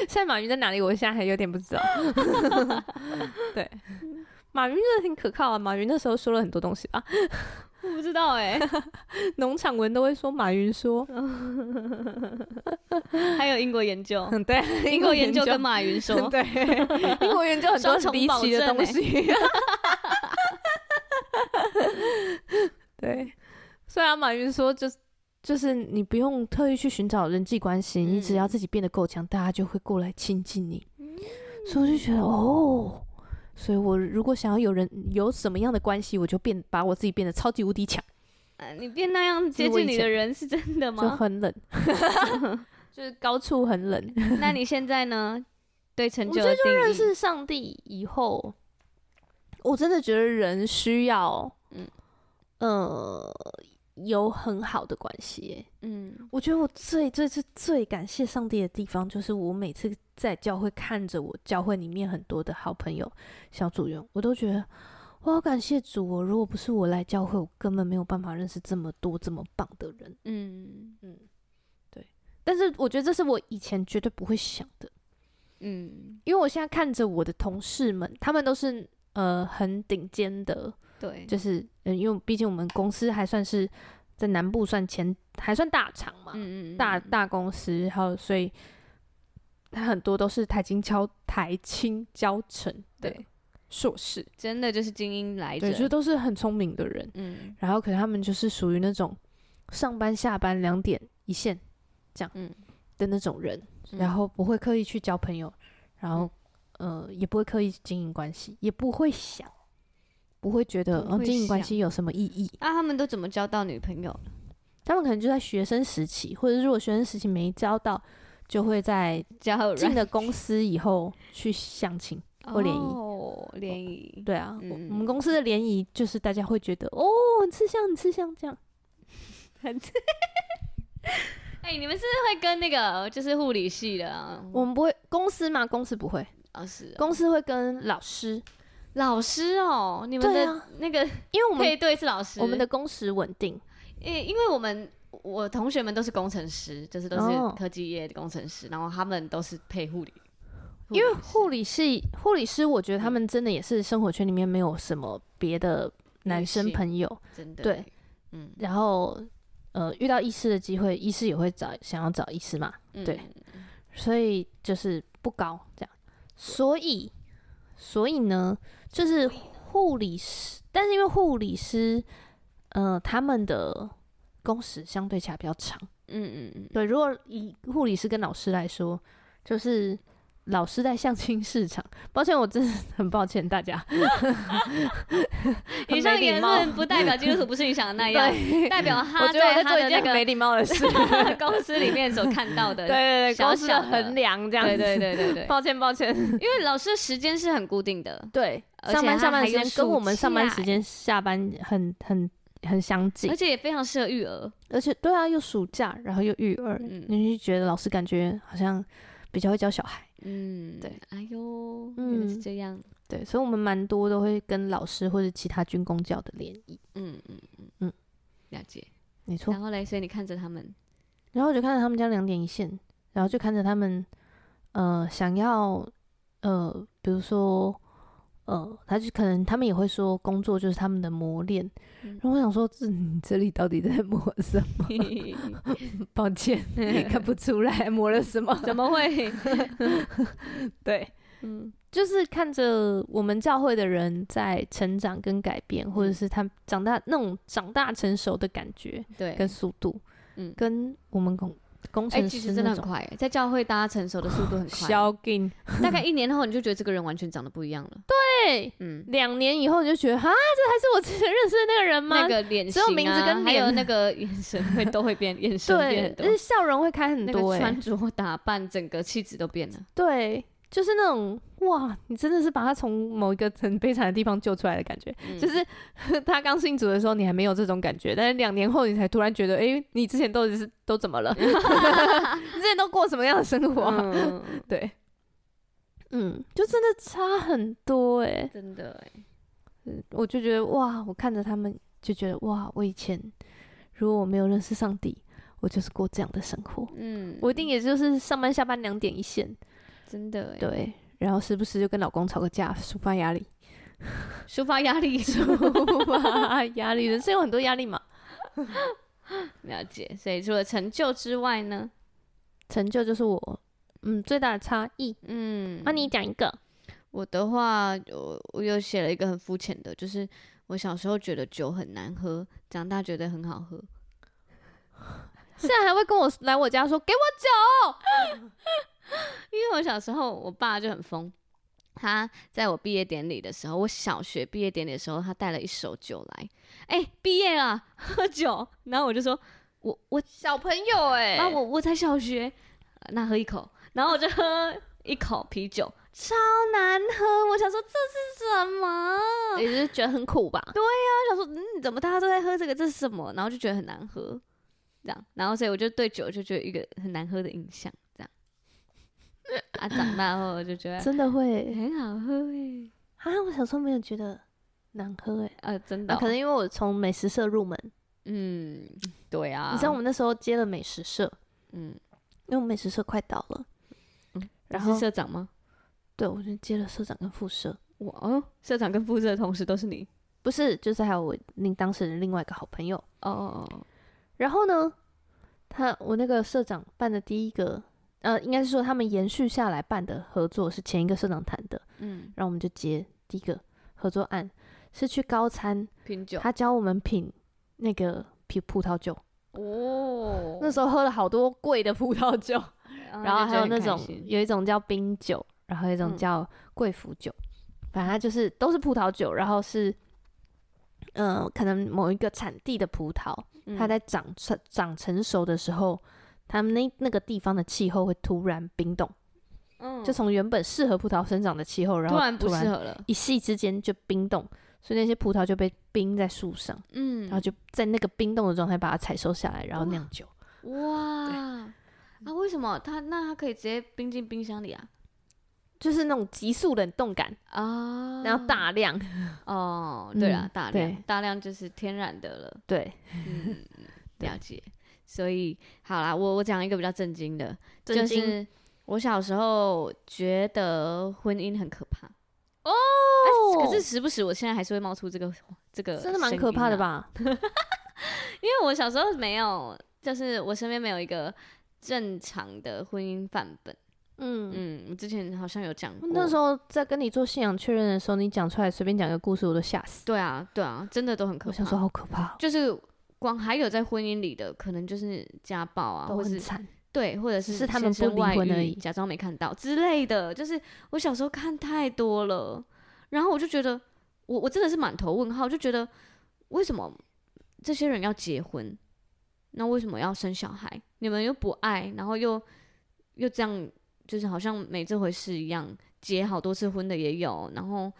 Speaker 2: 现在马云在哪里？我现在还有点不知道。 [LAUGHS] 对，马云真的挺可靠啊。马云那时候说了很多东西吧，
Speaker 3: 我不知道哎，
Speaker 2: 农场文都会说马云说，
Speaker 3: [LAUGHS] 还有英国研究，
Speaker 2: 嗯， [LAUGHS] 对，
Speaker 3: [LAUGHS] 英国研究跟马云 [LAUGHS]
Speaker 2: [LAUGHS]
Speaker 3: 说，
Speaker 2: 对，英国研究很
Speaker 3: 双
Speaker 2: 多
Speaker 3: 重
Speaker 2: 离
Speaker 3: 保
Speaker 2: 奇的
Speaker 3: 证
Speaker 2: 东
Speaker 3: 欸
Speaker 2: 西。 [LAUGHS] 对，虽然马云说就是。就是你不用特意去寻找人际关系，你只要
Speaker 3: 嗯
Speaker 2: 自己变得够强，大家就会过来亲近你。所以我就觉得哦，所以我如果想要有人有什么样的关系，我就变把我自己变得超级无敌强，
Speaker 3: 啊你变那样接
Speaker 2: 是我
Speaker 3: 近
Speaker 2: 以
Speaker 3: 你
Speaker 2: 前
Speaker 3: 的人是真 [LAUGHS] 的
Speaker 2: 就
Speaker 3: 吗？
Speaker 2: 很冷， [LAUGHS] 就是高处很冷。
Speaker 3: 那你现在呢？对成
Speaker 2: 我
Speaker 3: 就
Speaker 2: 觉
Speaker 3: 的
Speaker 2: 得
Speaker 3: 定义，
Speaker 2: 认识上帝以后，我真的觉得人需要，
Speaker 3: 嗯
Speaker 2: 嗯，呃，有很好的关系耶。
Speaker 3: 嗯
Speaker 2: 我觉得我最最最最感谢上帝的地方，就是我每次在教会看着我教会里面很多的好朋友、小组员，我都觉得我好感谢主哦！如果不是我来教会，我根本没有办法认识这么多这么棒的人。
Speaker 3: 嗯
Speaker 2: 但是我觉得这是我以前绝对不会想的。
Speaker 3: 嗯，
Speaker 2: 因为我现在看着我的同事们，他们都是呃很顶尖的，
Speaker 3: 对，
Speaker 2: 就是嗯，因为毕竟我们公司还算是在南部算前还算大厂嘛，
Speaker 3: 嗯嗯
Speaker 2: 大
Speaker 3: 嗯
Speaker 2: 大公司，还有所以他很多都是台青交台青教成的
Speaker 3: 对，
Speaker 2: 硕士，
Speaker 3: 真的就是精英来
Speaker 2: 对，，
Speaker 3: 着
Speaker 2: 就是都是很聪明的人，
Speaker 3: 嗯
Speaker 2: 然后可能他们就是属于那种上班下班两点一线这样
Speaker 3: 嗯
Speaker 2: 的那种人，然
Speaker 3: 嗯
Speaker 2: 后不会刻意去交朋友，然后呃也不会刻意经营关系，也不会想，不会觉得
Speaker 3: 不
Speaker 2: 哦
Speaker 3: 会
Speaker 2: 经营关
Speaker 3: 想
Speaker 2: 系有什么意义。
Speaker 3: 啊，他们都怎么交到女朋友了？
Speaker 2: 他们可能就在学生时期，或者如果学生时期没交到，就会在
Speaker 3: 交友
Speaker 2: 进
Speaker 3: 软
Speaker 2: [LAUGHS] 了公司以后去相亲。或联谊
Speaker 3: 哦，联谊，
Speaker 2: 对啊，我我
Speaker 3: 嗯
Speaker 2: 们公司的联谊就是大家会觉得哦很吃香很吃香这样。
Speaker 3: 哎，你们是不是会跟那个就是护理系的啊？
Speaker 2: 我们不会公司嘛，公司不会，
Speaker 3: 老师，哦
Speaker 2: 公司会跟老师，
Speaker 3: 老师哦，你们
Speaker 2: 对
Speaker 3: 的
Speaker 2: 啊
Speaker 3: 那个
Speaker 2: 因为我们
Speaker 3: 配对是老师，
Speaker 2: 我们的工时稳定，
Speaker 3: 因因为我们我同学们都是工程师，就是都
Speaker 2: 哦
Speaker 3: 是科技业的工程师，然后他们都是配护理，
Speaker 2: 因为护
Speaker 3: 理
Speaker 2: 理系护理师，我觉得他们真的也是生活圈里面没有什么别的男生朋友，
Speaker 3: 师真的
Speaker 2: 对，
Speaker 3: 嗯
Speaker 2: 然后呃遇到医师的机会，医师也会找想要找医师嘛，
Speaker 3: 嗯
Speaker 2: 对所以就是不高这样，所以所以呢，就是护理师，但是因为护理师，呃，他们的工时相对起来比较长。
Speaker 3: 嗯嗯嗯，
Speaker 2: 对，如果以护理师跟老师来说，就是老师在相亲市场。抱歉，我真的很抱歉大家。
Speaker 3: [LAUGHS] 嗯以
Speaker 2: 很
Speaker 3: 上
Speaker 2: 没礼
Speaker 3: 言
Speaker 2: 貌
Speaker 3: 论不代表基督徒不是你想的那样，代表
Speaker 2: 我
Speaker 3: 他
Speaker 2: 觉得我在
Speaker 3: 他
Speaker 2: 做一
Speaker 3: 的那
Speaker 2: 件很没
Speaker 3: 个
Speaker 2: 礼貌的事。
Speaker 3: 公司里面所看到的，
Speaker 2: 对对对，
Speaker 3: 小
Speaker 2: 公司
Speaker 3: 小
Speaker 2: 的
Speaker 3: 的
Speaker 2: 衡量这样
Speaker 3: 对
Speaker 2: 子。
Speaker 3: 对对对
Speaker 2: [LAUGHS]
Speaker 3: 对，
Speaker 2: 抱歉抱歉。
Speaker 3: [LAUGHS] 因为老师的时间是很固定的，
Speaker 2: 对，
Speaker 3: 而
Speaker 2: 上
Speaker 3: 且
Speaker 2: 班
Speaker 3: 它
Speaker 2: 下班
Speaker 3: 还
Speaker 2: 时间
Speaker 3: 有
Speaker 2: 跟我
Speaker 3: 暑
Speaker 2: 们上班
Speaker 3: 假欸
Speaker 2: 时间下班很很很相近
Speaker 3: 而，且也非常适合育儿，
Speaker 2: 而且对啊，又暑假，然后又育儿，
Speaker 3: 嗯
Speaker 2: 你就觉得老师感觉好像比较会教小孩。
Speaker 3: 嗯，
Speaker 2: 对，
Speaker 3: 哎呦，原来是
Speaker 2: 嗯
Speaker 3: 这样，
Speaker 2: 对，所以我们蛮多都会跟老师或者其他军工教的联谊，
Speaker 3: 嗯嗯嗯
Speaker 2: 嗯
Speaker 3: 嗯，了解。
Speaker 2: 没错
Speaker 3: 然。后嘞，所以你看着他们，
Speaker 2: 然后我就看着他们这样两点一线，然后就看着他们，呃，想要，呃，比如说，呃，他就可能他们也会说工作就是他们的磨练，
Speaker 3: 嗯
Speaker 2: 然后我想说，这你这里到底在磨什么？ [LAUGHS] 抱歉，看不出来磨了什么。
Speaker 3: 怎么会？
Speaker 2: [LAUGHS] 对，
Speaker 3: 嗯
Speaker 2: 就是看着我们教会的人在成长跟改变，或者是他长大那种长大成熟的感觉
Speaker 3: 对，
Speaker 2: 跟速度，
Speaker 3: 嗯，
Speaker 2: 跟我们工工
Speaker 3: 哎、
Speaker 2: 程
Speaker 3: 其
Speaker 2: 师
Speaker 3: 实真
Speaker 2: 那
Speaker 3: 的很
Speaker 2: 种
Speaker 3: 快，在教会大家成熟的速度很快，
Speaker 2: 小劲，
Speaker 3: 大概一年后你就觉得这个人完全长得不一样了。
Speaker 2: 对，
Speaker 3: 嗯，
Speaker 2: 两年以后你就觉得，啊哈，这还是我之
Speaker 3: [LAUGHS]
Speaker 2: 前认识的那个人吗？
Speaker 3: 那个脸
Speaker 2: 只
Speaker 3: 型
Speaker 2: 有
Speaker 3: 啊，
Speaker 2: 名字跟
Speaker 3: 还有
Speaker 2: 脸
Speaker 3: 那 [LAUGHS] 个眼神会都会变，眼神变
Speaker 2: 对
Speaker 3: 很，多
Speaker 2: 就是，笑容会开很
Speaker 3: 那
Speaker 2: 多、
Speaker 3: 个
Speaker 2: 欸，
Speaker 3: [LAUGHS] 穿着打扮，整个气质都变了。
Speaker 2: 对，就是那种哇，你真的是把他从某一个很悲惨的地方救出来的感觉。
Speaker 3: 嗯
Speaker 2: 就是 [LAUGHS] 他刚信主的时候，你还没有这种感觉，但是两年后你才突然觉得，诶，你之前到底是都怎么
Speaker 3: [LAUGHS]
Speaker 2: 了？ [LAUGHS] 你之前都过什么样的生活啊、
Speaker 3: 嗯
Speaker 2: [LAUGHS] 对，嗯，就真的差很多欸诶。
Speaker 3: 真的哎、
Speaker 2: 我就觉得哇，我看着他们就觉得哇，我以前如果我没有认识上帝，我就是过这样的生活，
Speaker 3: 嗯，
Speaker 2: 我一定也就是上班下班两点一线，
Speaker 3: 真的哎、
Speaker 2: 对，然后时不时就跟老公吵个架，抒发压 [LAUGHS] 力，
Speaker 3: 抒发压力， [LAUGHS]
Speaker 2: 抒发压力，人生有很多压力嘛，
Speaker 3: 了解。所以除了成就之外呢，
Speaker 2: 成就就是我嗯最大的差异。
Speaker 3: 嗯，
Speaker 2: 那、你讲一 [LAUGHS] 个，
Speaker 3: 我的话，我我又写了一个很肤浅的，就是我小时候觉得酒很难喝，长大觉得很好喝。
Speaker 2: 现在还会跟我来我家说给我
Speaker 3: 因为我小时候，我爸就很疯，他在我毕业典礼的时候，我小学毕业典礼的时候，他带了一手酒来，哎、毕业了，喝酒。然后我就说，我我
Speaker 4: 小朋友哎、
Speaker 3: 啊，我我才小学，呃那喝一口，然后我就喝一口啤酒，超难喝。我想说这是什么？
Speaker 2: 也是觉得很苦吧？
Speaker 3: 我想说，嗯，怎么大家都在喝这个？这是什么？然后就觉得很难喝，这样，然后所以我就对酒就觉得一个很难喝的印象，这样。啊，长大后我就觉得
Speaker 2: 真的会
Speaker 3: 很好喝欸诶、
Speaker 2: 啊！我小时候没有觉得难喝诶、
Speaker 3: 啊，真
Speaker 2: 那
Speaker 3: 的哦、
Speaker 2: 可能因为我从美食社入门，
Speaker 3: 嗯，对啊，
Speaker 2: 你知道我们那时候接了美食社，
Speaker 3: 嗯，
Speaker 2: 因为我们美食社快倒了，然
Speaker 3: 然
Speaker 2: 后
Speaker 3: 后社长吗？
Speaker 2: 对我就接了社长跟副社，
Speaker 3: 我哦，社长跟副社同时都是你，
Speaker 2: 不是，就是还有我另当时的另外一个好朋友。
Speaker 3: 哦哦哦，
Speaker 2: 然后呢，他我那个社长办的第一个，呃，应该是说他们延续下来办的合作是前一个社长谈的，
Speaker 3: 嗯，
Speaker 2: 然后我们就接第一个合作案，是去高餐，
Speaker 3: 品酒
Speaker 2: 他教我们品那个啤葡萄酒，
Speaker 3: 哦啊
Speaker 2: 那时候喝了好多贵的葡萄酒。
Speaker 3: 候
Speaker 2: 然后还有那种有一种叫冰酒，然后有一种
Speaker 3: 嗯
Speaker 2: 叫贵腐酒，反正它就是都是葡萄酒，然后是，呃，可能某一个产地的葡萄，
Speaker 3: 嗯
Speaker 2: 它在长成长成熟的时候，他们那那个地方的气候会突然冰冻，
Speaker 3: 嗯
Speaker 2: 就从原本适合葡萄生长的气候，然后
Speaker 3: 突然不
Speaker 2: 突
Speaker 3: 适
Speaker 2: 然
Speaker 3: 合了，
Speaker 2: 一夕之间就冰冻，所以那些葡萄就被冰在树上，
Speaker 3: 嗯
Speaker 2: 然后就在那个冰冻的状态把它采收下来，然后
Speaker 3: 哇
Speaker 2: 酿酒。
Speaker 3: 哇啊，为什么他那他可以直接冰进冰箱里啊？
Speaker 2: 就是那种急速冷冻感，
Speaker 3: 啊
Speaker 2: 然后大量、 [LAUGHS]
Speaker 3: 哦，对啦
Speaker 2: 嗯，
Speaker 3: 大
Speaker 2: 对
Speaker 3: 量大量就是天然的了，
Speaker 2: 对，
Speaker 3: 嗯，
Speaker 2: 对
Speaker 3: 了解。所以好啦，我我讲一个比较震惊的，
Speaker 2: 震
Speaker 3: 就
Speaker 2: 惊
Speaker 3: 是我小时候觉得婚姻很可怕，哎
Speaker 2: 哦、
Speaker 3: 可是时不时我现在还是会冒出这个这个，啊
Speaker 2: 真的啊蛮可怕的？吧？
Speaker 3: 因为我小时候没有，就是我身边没有一个正常的婚姻范本。
Speaker 2: 嗯，哦
Speaker 3: 嗯，我之前好像有讲过，
Speaker 2: 那时候在跟你做信仰确认的时候，你讲出来随便讲一个故事，我都吓死。
Speaker 3: 对啊，对啊，真的都很可
Speaker 2: 我
Speaker 3: 怕
Speaker 2: 想。说好可怕哦，
Speaker 3: 就是光还有在婚姻里的，可能就是家暴啊，
Speaker 2: 都
Speaker 3: 或
Speaker 2: 很
Speaker 3: 是
Speaker 2: 惨。
Speaker 3: 对，或者
Speaker 2: 只
Speaker 3: 是
Speaker 2: 是他们
Speaker 3: 先生
Speaker 2: 不离婚
Speaker 3: 外遇
Speaker 2: 而已
Speaker 3: 假装没看到之类的。就是我小时候看太多了，然后我就觉得，我我真的是满头问号，就觉得为什么这些人要结婚？那为什么要生小孩？你们又不爱，然后又又这样，就是好像没这回事一样。结好多次婚的也有，然后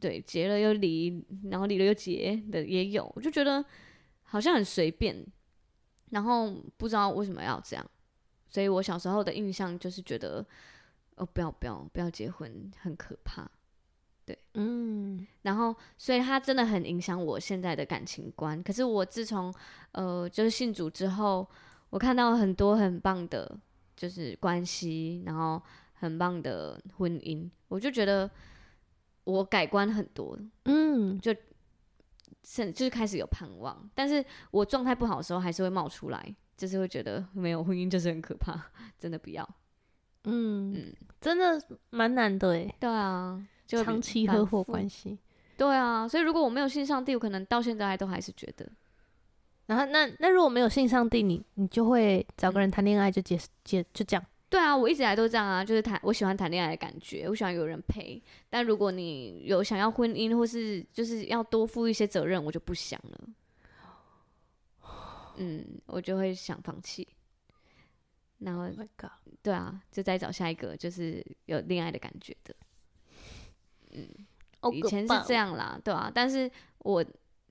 Speaker 3: 对结了又离，然后离了又结的也有，我就觉得好像很随便，然后不知道为什么要这样。所以我小时候的印象就是觉得，哦，不要不要不要结婚，很可怕。
Speaker 2: 嗯，
Speaker 3: 然后，所以他真的很影响我现在的感情观。可是我自从呃，就是信主之后，我看到很多很棒的，就是关系，然后很棒的婚姻，我就觉得我改观很多，
Speaker 2: 嗯，
Speaker 3: 甚就是开始有盼望。但是我状态不好的时候，还是会冒出来，就是会觉得没有婚姻就是很可怕， [LAUGHS] 真的不要。
Speaker 2: 嗯，真的蛮难的诶，
Speaker 3: 对啊，就
Speaker 2: 长期合伙
Speaker 3: 系。
Speaker 2: 关系。
Speaker 3: 对啊，所以如果我没有信上帝，我可能到现在还都还是觉得
Speaker 2: 然后那那如果没有信上帝，你你就会找个人谈恋爱就结结就这样。
Speaker 3: 对啊，我一直以来都这样啊，就是谈我喜欢谈恋爱的感觉，我喜欢有人陪。但如果你有想要婚姻，或是就是要多负一些责任，我就不想 [SIGHS] 了。嗯，我就会想放弃。然后
Speaker 2: Oh my god！
Speaker 3: 对啊，就再找下一个就是有恋爱的感觉的。以前是这，样啦，对啊，但是我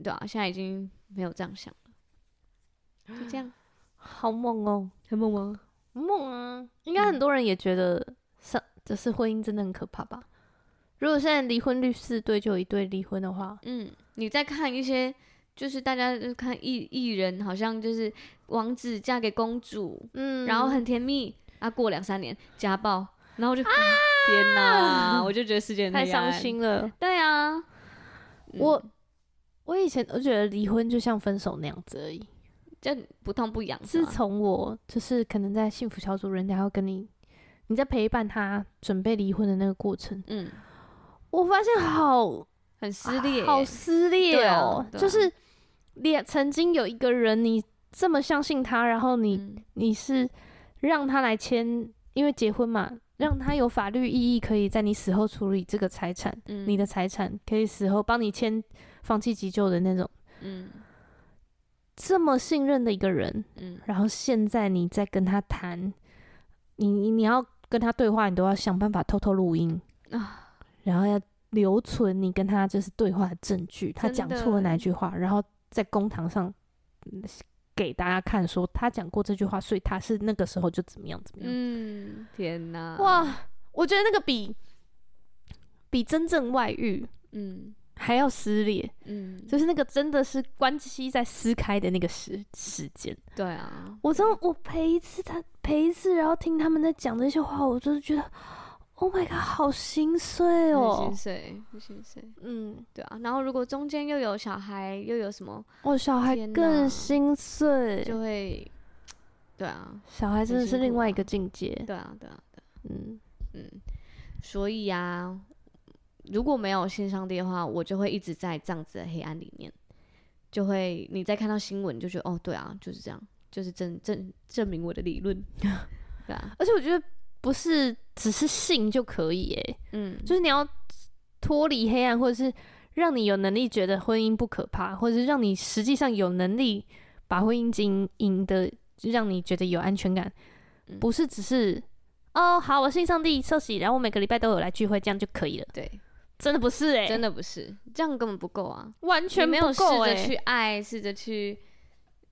Speaker 3: 对啊，现在已经没有这样想了，就这样，
Speaker 2: 好梦哦，
Speaker 3: 很梦吗？
Speaker 2: 梦啊！应
Speaker 3: 嗯
Speaker 2: 该很多人也觉得上就是婚姻真的很可怕吧？如果现在离婚率四对就有一对离婚的话，
Speaker 3: 嗯，你在看一些，就是大家就是看艺艺人，好像就是王子嫁给公主，
Speaker 2: 嗯啊
Speaker 3: 然后很甜蜜，啊，过两三年家暴，然后我就、天哪， [LAUGHS] 我就觉得世界很
Speaker 2: 太
Speaker 3: 黑
Speaker 2: 伤
Speaker 3: 暗。
Speaker 2: 心了。
Speaker 3: 对啊，嗯
Speaker 2: 我我以前都觉得离婚就像分手那样子而
Speaker 3: 嗯
Speaker 2: 已。
Speaker 3: 就不痛不痒嘛，
Speaker 2: 自从我就是可能在幸福小组，人家会跟你你在陪伴他准备离婚的那个过程，
Speaker 3: 嗯，
Speaker 2: 我发现好
Speaker 3: 很撕裂、
Speaker 2: 啊好撕裂
Speaker 3: 对啊
Speaker 2: 哦、
Speaker 3: 对啊
Speaker 2: 就是连曾经有一个人，你这么相信他，然后你、
Speaker 3: 嗯
Speaker 2: 你是让他来签，因为结婚嘛，让他有法律意义，可以在你死后处理这个财产，
Speaker 3: 嗯
Speaker 2: 你的财产可以死后帮你签放弃急救的那种，
Speaker 3: 嗯
Speaker 2: 这么信任的一个人，
Speaker 3: 嗯
Speaker 2: 然后现在你在跟他谈，你你你要跟他对话，你都要想办法偷偷录音，
Speaker 3: 啊，
Speaker 2: 然后要留存你跟他就是对话的证据，他
Speaker 3: 真
Speaker 2: 讲
Speaker 3: 的欸
Speaker 2: 错了哪句话，然后在公堂上嗯给大家看说他讲过这句话，所以他是那个时候就怎么样怎么样。
Speaker 3: 嗯，天哪，，
Speaker 2: 哇，我觉得那个比比真正外遇
Speaker 3: 嗯
Speaker 2: 还要撕裂，
Speaker 3: 嗯，
Speaker 2: 就是那个真的是关系在撕开的那个时时间。
Speaker 3: 对啊，
Speaker 2: 我真的我陪一次他陪一次，然后听他们在讲这些话，我就是觉得，Oh my god，好心碎
Speaker 3: 很
Speaker 2: 哦
Speaker 3: 心。碎，很心碎，
Speaker 2: 嗯，
Speaker 3: 对啊。然后如果中间又有小孩，又有什么？
Speaker 2: 我小孩
Speaker 3: 天哪
Speaker 2: 更心碎，
Speaker 3: 就会，对啊，
Speaker 2: 小孩真的是
Speaker 3: 很辛苦
Speaker 2: 另外一
Speaker 3: 啊
Speaker 2: 个境界。
Speaker 3: 对啊，对啊，对啊
Speaker 2: 嗯，
Speaker 3: 嗯，所以啊，如果没有线上帝的话，我就会一直在这样子的黑暗里面，就会你再看到新闻，你就觉得哦，对啊，就是这样，就是证证证明我的理
Speaker 2: [LAUGHS]
Speaker 3: 论，对啊，
Speaker 2: 而且我觉得不是只是信就可以，诶，
Speaker 3: 嗯，
Speaker 2: 就是你要脱离黑暗，或者是让你有能力觉得婚姻不可怕，或者是让你实际上有能力把婚姻经营的，就让你觉得有安全感，
Speaker 3: 嗯
Speaker 2: 不是只是哦好，我信上帝受洗，然后我每个礼拜都有来聚会，这样就可以了。
Speaker 3: 对，
Speaker 2: 真的不是哎、
Speaker 3: 真的不是这样根本不够啊，
Speaker 2: 完
Speaker 3: 你
Speaker 2: 全
Speaker 3: 没有
Speaker 2: 不
Speaker 3: 试
Speaker 2: 够
Speaker 3: 着
Speaker 2: 哎、
Speaker 3: 去爱，试着去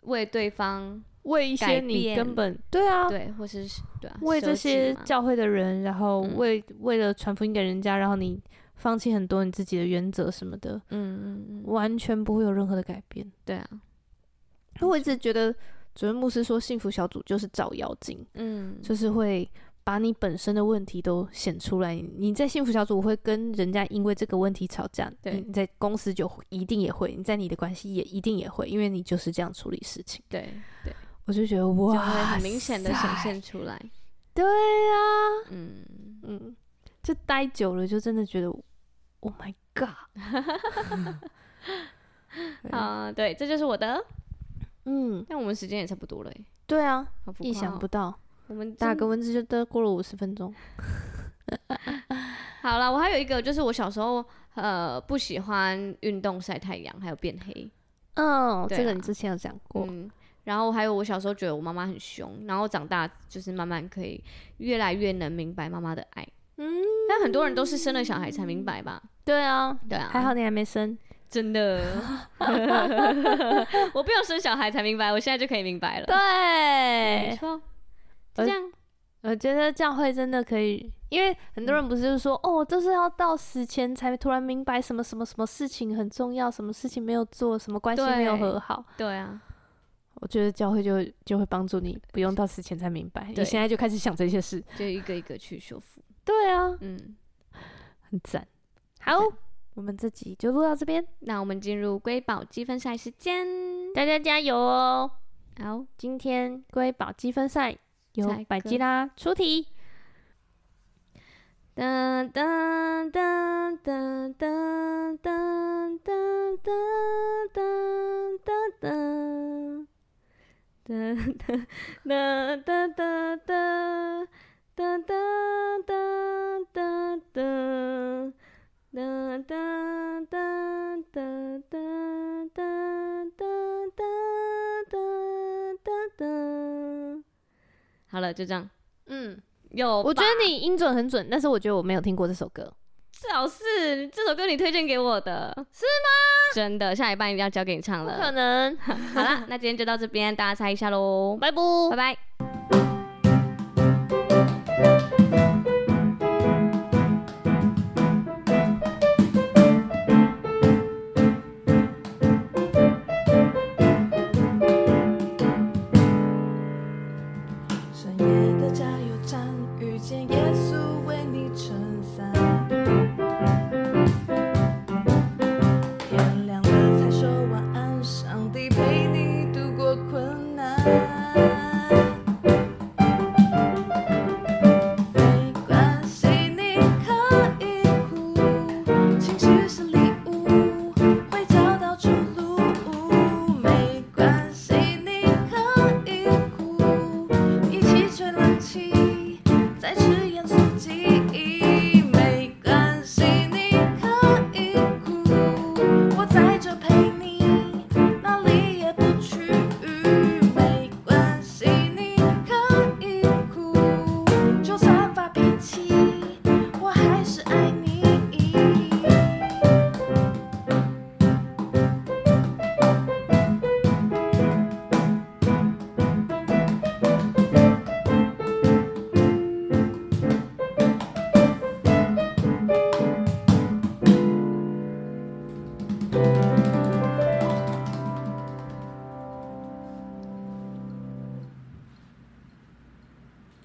Speaker 3: 为对方，
Speaker 2: 为一
Speaker 3: 改
Speaker 2: 些你
Speaker 3: 变
Speaker 2: 根本对啊，
Speaker 3: 对，或是对啊，
Speaker 2: 为
Speaker 3: 舍
Speaker 2: 这
Speaker 3: 己
Speaker 2: 些
Speaker 3: 嘛
Speaker 2: 教会的人，然后
Speaker 3: 嗯
Speaker 2: 为、为了传福音给人家，然后你放弃很多你自己的原则什么的，
Speaker 3: 嗯嗯嗯，
Speaker 2: 完全不会有任何的改变。
Speaker 3: 对啊，
Speaker 2: 因为我一直觉得主任牧师说，幸福小组就是照妖镜，
Speaker 3: 嗯，
Speaker 2: 就是会把你本身的问题都显出来。你在幸福小组会跟人家因为这个问题吵架，
Speaker 3: 对
Speaker 2: 你在公司就会一定也会，你在你的关系也一定也会，因为你就是这样处理事情。
Speaker 3: 对对。
Speaker 2: 我就觉得
Speaker 3: 就
Speaker 2: 哇，
Speaker 3: 会很明显的显
Speaker 2: 塞。
Speaker 3: 现出来。
Speaker 2: 对呀、
Speaker 3: 嗯，
Speaker 2: 嗯，就待久了，就真的觉得，Oh my God，对
Speaker 3: 啊、对，这就是我的。
Speaker 2: 嗯，
Speaker 3: 那我们时间也差不多了耶，
Speaker 2: 对啊，
Speaker 3: 好浮夸、哦。
Speaker 2: 意想不，到，
Speaker 3: 我们
Speaker 2: 打
Speaker 3: 大
Speaker 2: 个蚊子就都过了五十分钟，
Speaker 3: 好了。我还有一个，就是我小时候呃不喜欢运动晒太阳，还有变黑。
Speaker 2: 嗯，
Speaker 3: 对
Speaker 2: 这个
Speaker 3: 啊
Speaker 2: 你之前有讲过，
Speaker 3: 嗯，然后还有我小时候觉得我妈妈很凶，然后长大就是慢慢可以越来越能明白妈妈的爱。
Speaker 2: 嗯，
Speaker 3: 但很多人都是生了小孩才明白吧？
Speaker 2: 对啊，
Speaker 3: 对啊，
Speaker 2: 还好你还没生，
Speaker 3: 真的，我不用生小孩才明白，我现在就可以明白了。没
Speaker 2: 对，呃
Speaker 3: 错，就这样。
Speaker 2: 我觉得教会真的可以，因为很多人不是就说、
Speaker 3: 嗯
Speaker 2: 哦，就是要到死前才突然明白什么什么什么事情很重要，什么事情没有做，什么关系没有
Speaker 3: 对
Speaker 2: 和好。
Speaker 3: 对啊，
Speaker 2: 我觉得教会就就会帮助你，不用到死前才明白，你
Speaker 3: 对
Speaker 2: 现在就开始想这些事。
Speaker 3: 就一个一个去修复。
Speaker 2: 对啊，
Speaker 3: 嗯，
Speaker 2: 很赞。好，我们这集就录到这边，
Speaker 3: 那我们进入瑰宝积分赛时间。
Speaker 2: 大家加油哦！
Speaker 3: 好，
Speaker 2: 今天瑰宝积分赛由
Speaker 3: 才
Speaker 2: 百
Speaker 3: 哥
Speaker 2: 吉拉出题，
Speaker 3: 噔噔噔噔噔噔噔噔噔噔噔噔噔噔噔噔噔噔噔噔噔噔。哒哒哒哒哒哒哒哒哒哒哒。好了，就这样。嗯，有吧。
Speaker 2: 我觉得你音准很准，但是我觉得我没有听过这首歌。
Speaker 3: 最好是这首歌你推荐给我的，是吗？真的，下一半一定要交给你唱
Speaker 2: 不可
Speaker 3: 了。
Speaker 2: 能，
Speaker 3: 好啦，那今天就到这边，大家猜一下喽，
Speaker 2: 拜拜。
Speaker 3: 拜拜。